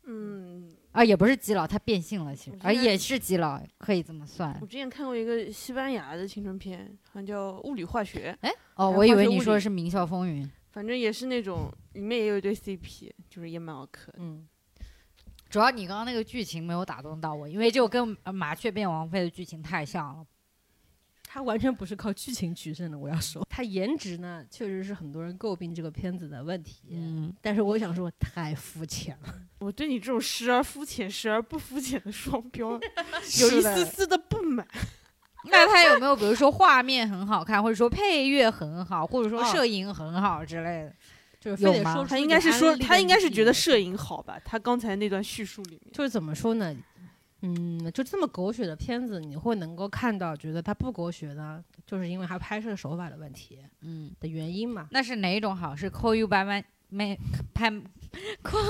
嗯，
啊，也不是基佬，他变性了，其实
我觉得
啊也是基佬，可以这么算
我。之前看过一个西班牙的青春片，好像叫《物理化学》，
哎，哦，
还有
我以
化
为
学
你
物
说的
理
是《名校风云》。
反正也是那种里面也有一对 CP，就是也蛮好看。
嗯，
主要你刚刚那个剧情没有打动到我，因为就跟呃麻雀变王妃的剧情太像
嗯
了。
他完全不是靠剧情取胜的，我要说，他颜值呢，确实是很多人诟病这个片子的问题，
嗯，
但是我想说，太肤浅了，
我对你这种时而肤浅、时而不肤浅的双 标，有一丝丝的不满。
那他有没有比如说画面很好看，或者说配乐很好，或者说
哦
摄影很好之类的？
就是
有
非得
吗
说出
他应
一
该
个
是
安
说，
利的
他应该是
例
觉得
子
摄影好吧？他刚才那段叙述里面，
就是怎么说呢？嗯，就这么狗血的片子，你会能够看到，觉得它不狗血呢，就是因为它拍摄手法的问题
嗯，
的原因嘛。
那是哪一种好？是 call you by my my 拍 call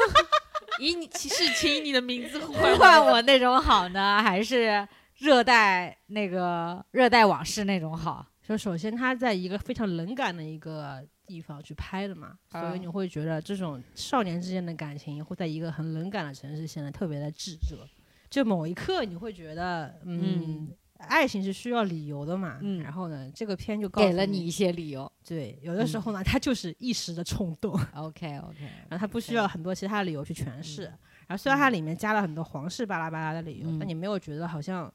以你其实请以你的名 字呼
呼唤我那种好呢，还是热带那个热带往事那种好？
就首先它在一个非常冷感的一个地方去拍的嘛，所
啊
以你会觉得这种少年之间的感情会在一个很冷感的城市显得特别的炙热。就某一刻你会觉得，嗯，爱情是需要理由的嘛。
嗯
然后呢，这个片就告诉
给了你一嗯些理由。
对，有的时候呢，他就是一时的冲动，
OK OK，
然后他不需要很多其他的理由去
嗯
诠释。然后虽然它里面加了很多皇室巴拉巴拉的理由，
嗯
但你没有觉得好像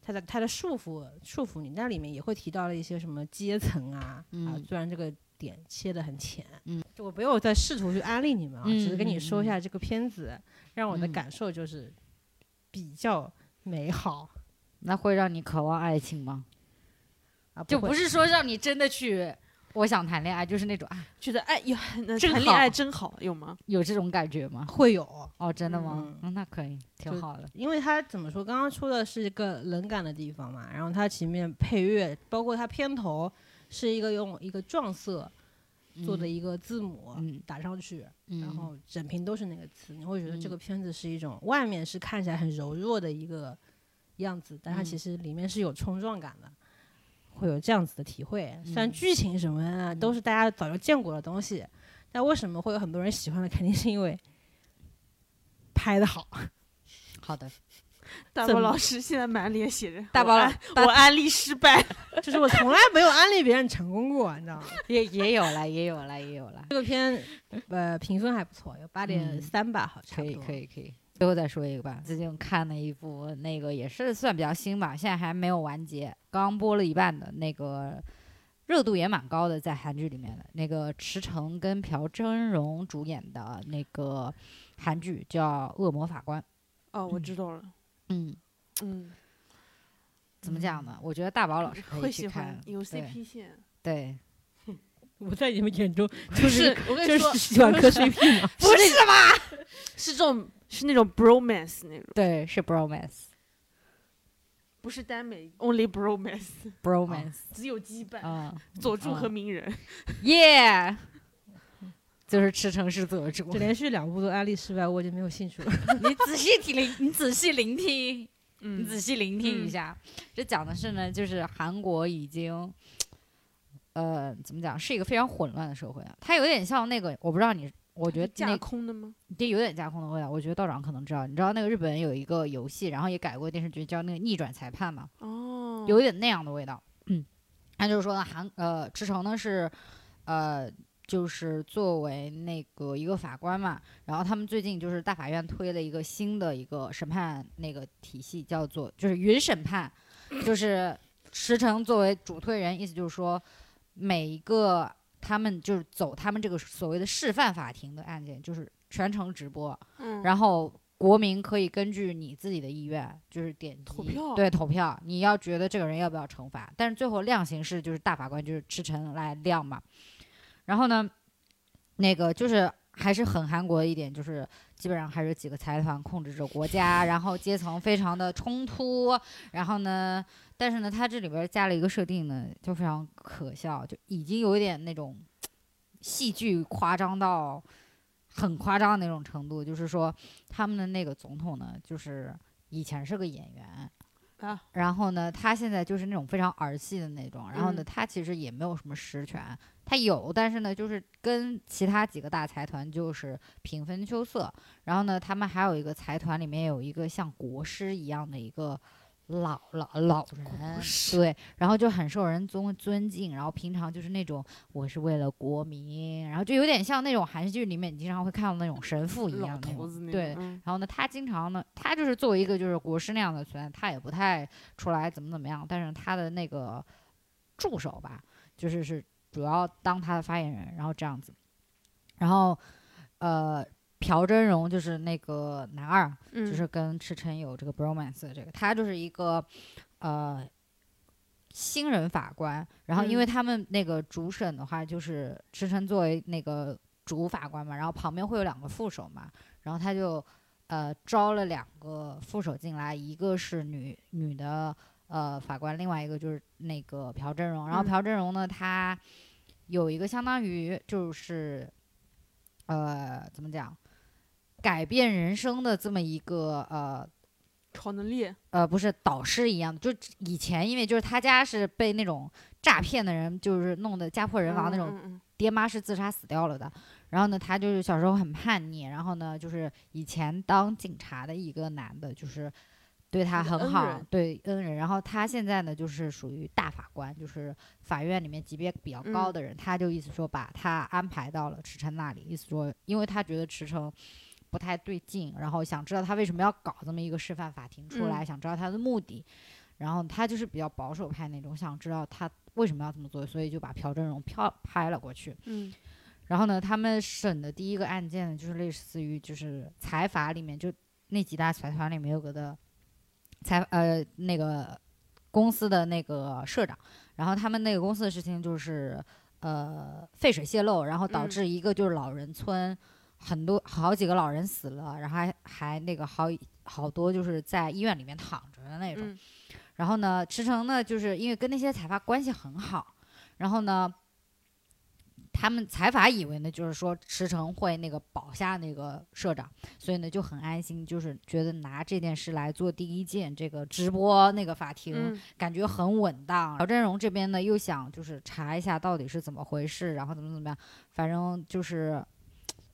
他在他在束缚束缚你，但里面也会提到了一些什么阶层啊、啊
嗯，
虽然这个点切得很浅，
嗯，
就我没有在试图去安利你们啊，
嗯
只是跟你说一下这个片子让我的
嗯
感受就是比较美好
那会让你渴望爱情吗？
啊，
就不
会
是说让你真的去，我想谈恋爱，就是那种啊，
觉得哎呀，那
真
谈恋爱
好
真好，有吗？
有这种感觉吗？
会有，
哦，真的吗？
嗯
嗯，那可以，挺
就
好的。
因为它怎么说，刚刚说的是一个冷感的地方嘛，然后它前面配乐，包括它片头是一个用一个撞色做的
嗯，
一个字母。
嗯
打上去，
嗯，
然后整屏都是那个词，你会觉得这
嗯
个片子是一种外面是看起来很柔弱的一个样子，但它
嗯
其实里面是有冲撞感的，会有这样子的体会。虽然
嗯
剧情什么啊都是大家早就见过的东西，但为什么会有很多人喜欢呢？肯定是因为拍的好。
好的，
大
怎
宝
么
老师现在满脸写着
大
我
宝老
安我安利失败，
就是我从来没有安利别人成功过，你知道吗？
也也有了，也有了，也有了，
这个片呃评分还不错，有八点三吧，好像
可以，可。以，可以。最后再说一个吧，最近看了一部那个也是算比较新吧，现在还没有完结，刚播了一半的那个，热度也蛮高的，在韩剧里面的那个池诚跟朴真荣主演的那个韩剧叫《恶魔法官》。
哦，我
嗯
知道了，
嗯，
嗯，
怎么讲呢？我觉得大宝老师可
会
以去
喜欢
看，，
有
对
CP 线，
对，
我在你们眼中
不
就是是
呃我跟
就
你说
是，喜欢磕 CP 吗？
不是吧？是这种是那种 bromance 那种，
对，是 bromance
不是耽美，only bromance，
bromance，
只有羁绊。
嗯，
佐助
嗯
和鸣人，
耶，就是赤诚是佐助
就。连续两部都安利失败，我已经没有兴趣了。
你仔细听聆，你仔细聆听，你
嗯
仔细聆听一下，这讲的是呢，就是韩国已经。呃，怎么讲，是一个非常混乱的社会啊。它有点像那个，我不知道你，我觉得
架
那
空的吗？
这有点架空的味道。我觉得道长可能知道，你知道那个日本有一个游戏，然后也改过电视剧，叫那个《逆转裁判》嘛。
哦，
有一点那样的味道。嗯，他就是说呢，韩呃，池诚呢是呃，就是作为那个一个法官嘛，然后他们最近就是大法院推了一个新的一个审判那个体系，叫做就是云审判，就是池诚作为主推人，意思就是说每一个他们就是走他们这个所谓的示范法庭的案件，就是全程直播，
嗯，
然后国民可以根据你自己的意愿，就是点击
投票
对投票，你要觉得这个人要不要惩罚，但是最后量刑是就是大法官就是池诚来量嘛。然后呢，那个就是还是很韩国的一点，就是基本上还是几个财团控制着国家，然后阶层非常的冲突，然后呢，但是呢，它这里边加了一个设定呢，就非常可笑，就已经有一点那种戏剧夸张到很夸张的那种程度，就是说他们的那个总统呢，就是以前是个演员。
啊，
然后呢，他现在就是那种非常儿戏的那种。然后呢，
嗯
他其实也没有什么实权，他有，但是呢，就是跟其他几个大财团就是平分秋色。然后呢，他们还有一个财团里面有一个像国师一样的一个老老老人，对，然后就很受人尊尊敬，然后平常就是那种我是为了国民，然后就有点像那种韩剧里面你经常会看到那种神父一
老
样那
头
种，
子那种，
对
嗯
然后呢，他经常呢，他就是作为一个就是国师那样的存在，他也不太出来怎么怎么样，但是他的那个助手吧，就是是主要当他的发言人，然后这样子，然后呃，朴真荣就是那个男二，
嗯，
就是跟赤诚有这个 bromance 的这个，他就是一个呃新人法官，然后因为
嗯
他们那个主审的话，就是赤诚作为那个主法官嘛，然后旁边会有两个副手嘛，然后他就呃招了两个副手进来，一个是女女的呃法官，另外一个就是那个朴真荣，然后
嗯
朴真荣呢，他有一个相当于就是呃怎么讲？改变人生的这么一个呃
超能力，
呃，不是导师一样的，就以前因为就是他家是被那种诈骗的人就是弄得家破人亡那种，
嗯嗯
爹妈是自杀死掉了的。然后呢，他就是小时候很叛逆，然后呢，就是以前当警察的一个男的，就是对他
你的
很
恩
好
人，
对恩人。然后他现在呢，就是属于大法官，就是法院里面级别比较高
嗯
的人。他就意思说把他安排到了池诚那里，意思说，因为他觉得池诚不太对劲，然后想知道他为什么要搞这么一个示范法庭出来，
嗯
想知道他的目的。然后他就是比较保守派那种，想知道他为什么要这么做，所以就把朴正荣票拍了过去。
嗯
然后呢，他们审的第一个案件呢，就是类似于就是财阀里面就那几大财团里面有个的财呃那个公司的那个社长，然后他们那个公司的事情就是呃废水泄漏，然后导
嗯
致一个就是老人村、很多好几个老人死了，然后还还那个好好多就是在医院里面躺着的那种。
嗯
然后呢，池诚呢，就是因为跟那些财阀关系很好，然后呢，他们财阀以为呢，就是说池诚会那个保下那个社长，所以呢就很安心，就是觉得拿这件事来做第一件这个直播那个法庭，
嗯
感觉很稳当。姚振荣这边呢又想就是查一下到底是怎么回事，然后怎么怎么样，反正就是。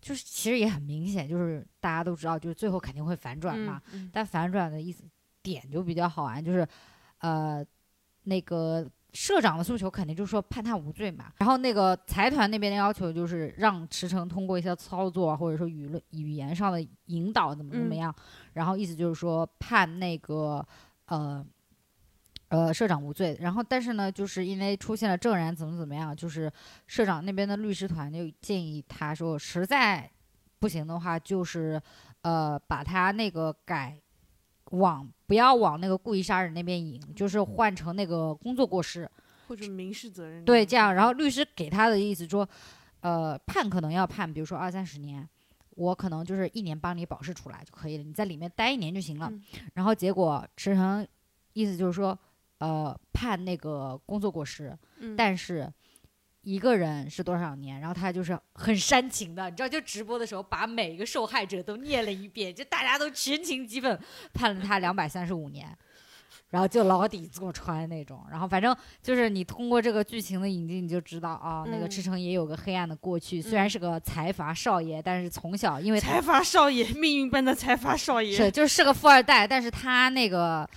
就是其实也很明显，就是大家都知道，就是最后肯定会反转嘛。
嗯
但反转的意思点就比较好玩，就是呃，那个社长的诉求肯定就是说判他无罪嘛，然后那个财团那边的要求就是让池诚通过一些操作啊或者说舆论语言上的引导怎么怎么
嗯
样，然后意思就是说判那个呃。呃，社长无罪，然后但是呢，就是因为出现了证人怎么怎么样，就是社长那边的律师团就建议他说，实在不行的话，就是呃，把他那个改往不要往那个故意杀人那边引，就是换成那个工作过失，
或者民事责任
对，这样。然后律师给他的意思说，呃，判可能要判，比如说二三十年，我可能就是一年帮你保释出来就可以了，你在里面待一年就行了。
嗯
然后结果池诚意思就是说，呃，判那个工作过失，
嗯
但是一个人是多少年？然后他就是很煽情的，你知道，就直播的时候把每一个受害者都念了一遍，就大家都群情激愤，判了他两百三十五年。然后就牢底坐穿那种，然后反正就是你通过这个剧情的引进，你就知道啊、那个
嗯
赤诚也有个黑暗的过去，虽然是个财阀少爷，但是从小因为他
财阀少爷，命运般的财阀少爷，
是，就是个富二代，但是他那个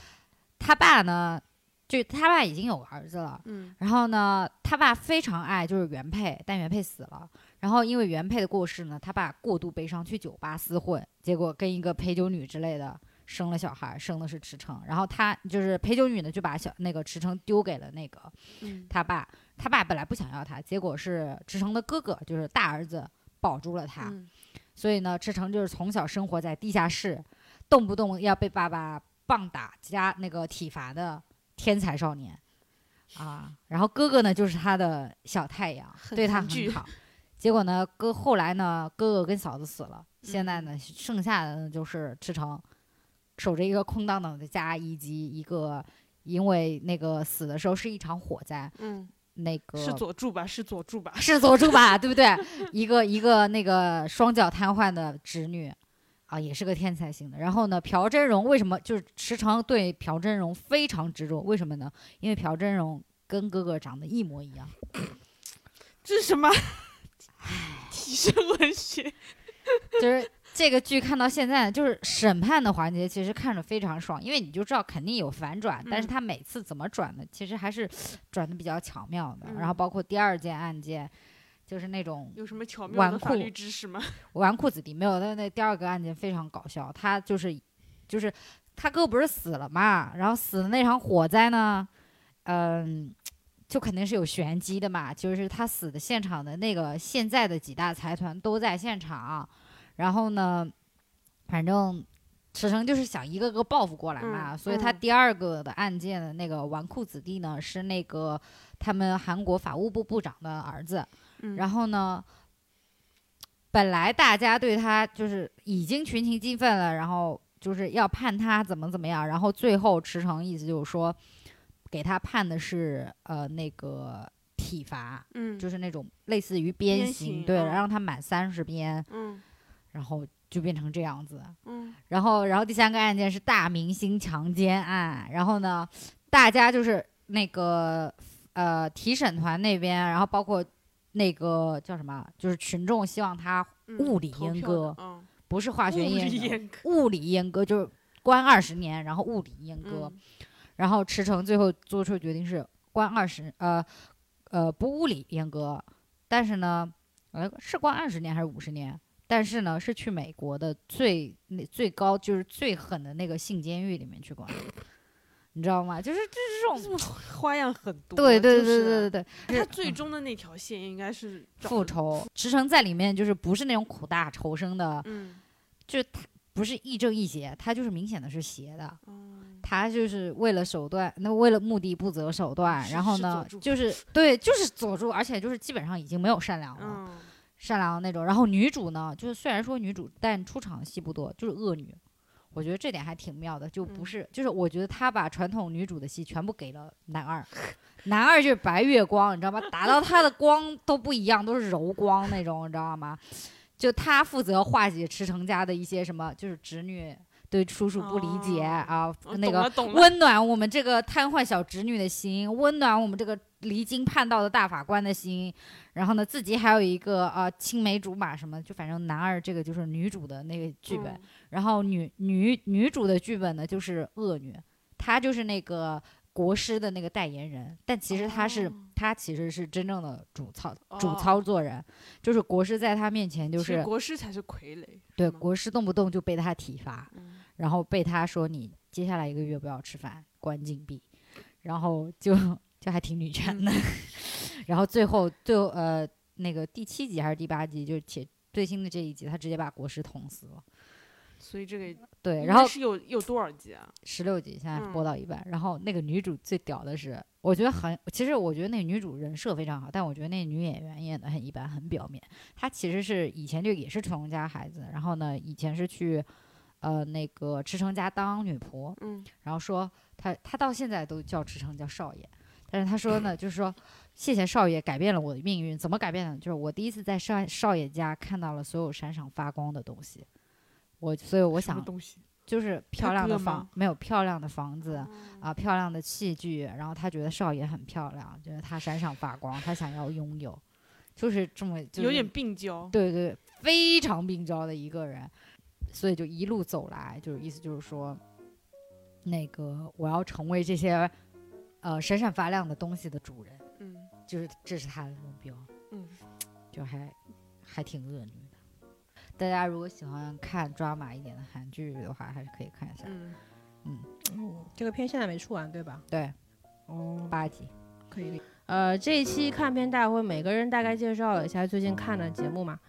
他爸呢，就他爸已经有个儿子了，
嗯
然后呢，他爸非常爱就是原配，但原配死了。然后因为原配的过世呢，他爸过度悲伤，去酒吧厮混，结果跟一个陪酒女之类的生了小孩，生的是池诚。然后他就是陪酒女呢，就把小那个池诚丢给了那个
嗯
他爸。他爸本来不想要他，结果是池诚的哥哥，就是大儿子保住了他。
嗯
所以呢，赤诚就是从小生活在地下室，动不动要被爸爸棒打加那个体罚的天才少年啊。然后哥哥呢，就是他的小太阳，
很
对他
很具
很好。结果呢，哥后来呢，哥哥跟嫂子死了，现在
嗯
呢，剩下的呢就是赤诚守着一个空荡荡的家，以及一个因为那个死的时候是一场火灾，
嗯，
那个
是佐助吧？是佐助吧？
是佐助吧，对不对？一个一个那个双脚瘫痪的侄女，啊，也是个天才型的。然后呢，朴真荣为什么就是池诚对朴真荣非常执着？为什么呢？因为朴真荣跟哥哥长得一模一样。
这是什么？ 提升文学，
就是这个剧看到现在，就是审判的环节，其实看着非常爽，因为你就知道肯定有反转，但是
嗯
他每次怎么转的，其实还是转的比较巧妙的。然后
嗯
包括第二件案件，就是那种
有什么巧妙
纨
的法
绔
律知识吗？
纨绔子弟没有，但那第二个案件非常搞笑，他就是就是他哥不是死了嘛，然后死的那场火灾呢，嗯。就肯定是有玄机的嘛，就是他死的现场的那个现在的几大财团都在现场，然后呢，反正池诚就是想一个个报复过来嘛，
嗯
所以他
嗯
第二个的案件的那个纨绔子弟呢是那个他们韩国法务部部长的儿子，
嗯
然后呢，本来大家对他就是已经群情激愤了，然后就是要判他怎么怎么样，然后最后池诚意思就是说，给他判的是呃那个体罚，
嗯
就是那种类似于鞭
鞭
刑，
刑
对，
嗯
让他满三十鞭，
嗯
然后就变成这样子。
嗯
然后，然后第三个案件是大明星强奸案。然后呢，大家就是那个呃提审团那边，然后包括那个叫什么，就是群众希望他
嗯
物理
投
阉
票的
割
嗯
不是化学
物
阉
理
割，
阉割，
物理阉割就是关二十年，然后物理阉割。
嗯
然后池诚最后做出的决定是关二十，呃，呃，不物理阉割，但是呢，呃，是关二十年还是五十年？但是呢，是去美国的最那最高就是最狠的那个性监狱里面去关，你知道吗？就是就是这种，
花样很多。
对对
就
对
是
对对对，
他最终的那条线应该是找
复，仇。池诚在里面就是不是那种苦大仇深的，
嗯，
不是亦正亦邪，他就是明显的是邪的。
嗯
他就是为了手段，那为了目的不择手段，
是
然后
是
呢
佐，助
就是对，就是佐助，而且就是基本上已经没有善良了，
嗯，
善良的那种。然后女主呢，就是虽然说女主，但出场戏不多，就是恶女。我觉得这点还挺妙的，就不
嗯
是，就是我觉得他把传统女主的戏全部给了男二， 男二就是白月光，你知道吗？打到他的光都不一样，都是柔光那种，你知道吗？就他负责化解池诚家的一些什么，就是侄女对叔叔不理解、啊
我，
那
哦懂
个
了懂了，
温暖我们这个瘫痪小侄女的心，温暖我们这个离经叛道的大法官的心。然后呢，自己还有一个啊、呃青梅竹马什么，就反正男二这个就是女主的那个剧本，
嗯
然后女女女主的剧本呢就是恶女，她就是那个国师的那个代言人，但其实她是、
哦
她其实是真正的主操主
哦
操作人，就是国师在她面前就
其实
是
国师才是傀儡，
对
是吗
国师动不动就被她体罚，
嗯
然后被他说你接下来一个月不要吃饭，关禁闭，然后就就还挺女权的， 然后最后最后呃那个第七集还是第八集，就是且最新的这一集，他直接把国师捅死了。
所以这个
对，
应
然
该
后
是有有多少集啊？
十六集现在播
嗯
到一半，然后那个女主最屌的是，我觉得很，其实我觉得那个女主人设非常好，但我觉得那女演员演的很一般，很表面。她其实是以前就也是成龙家孩子，然后呢，以前是去呃那个池诚家当女仆，
嗯，
然后说他他到现在都叫池诚叫少爷，但是他说呢，就是说谢谢少爷改变了我的命运，怎么改变呢？就是我第一次在少少爷家看到了所有闪闪发光的东西，我所以我
什么
想
东西？
就是
他
漂亮的
哥
房
吗
没有漂亮的房子
哦
啊，漂亮的器具，然后他觉得少爷很漂亮，觉得他闪闪发光，他想要拥有，就是这么就是
有点病娇，
对对，非常病娇的一个人，所以就一路走来，就是意思就是说，那个我要成为这些呃闪闪发亮的东西的主人，
嗯
就是这是他的目标，
嗯，
就还还挺恶女的。大家如果喜欢看抓马一点的韩剧的话，还是可以看一下。
嗯，
嗯，这个片现在没出完对吧？
对，
哦，
八集，
可以。呃，这一期看片大会，每个人大概介绍了一下最近看的节目嘛。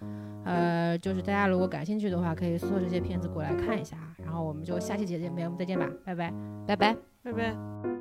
呃，就是大家如果感兴趣的话，可以搜啊这些片子过来看一下。然后我们就下期节节目再见吧，拜拜。
拜拜。
拜拜。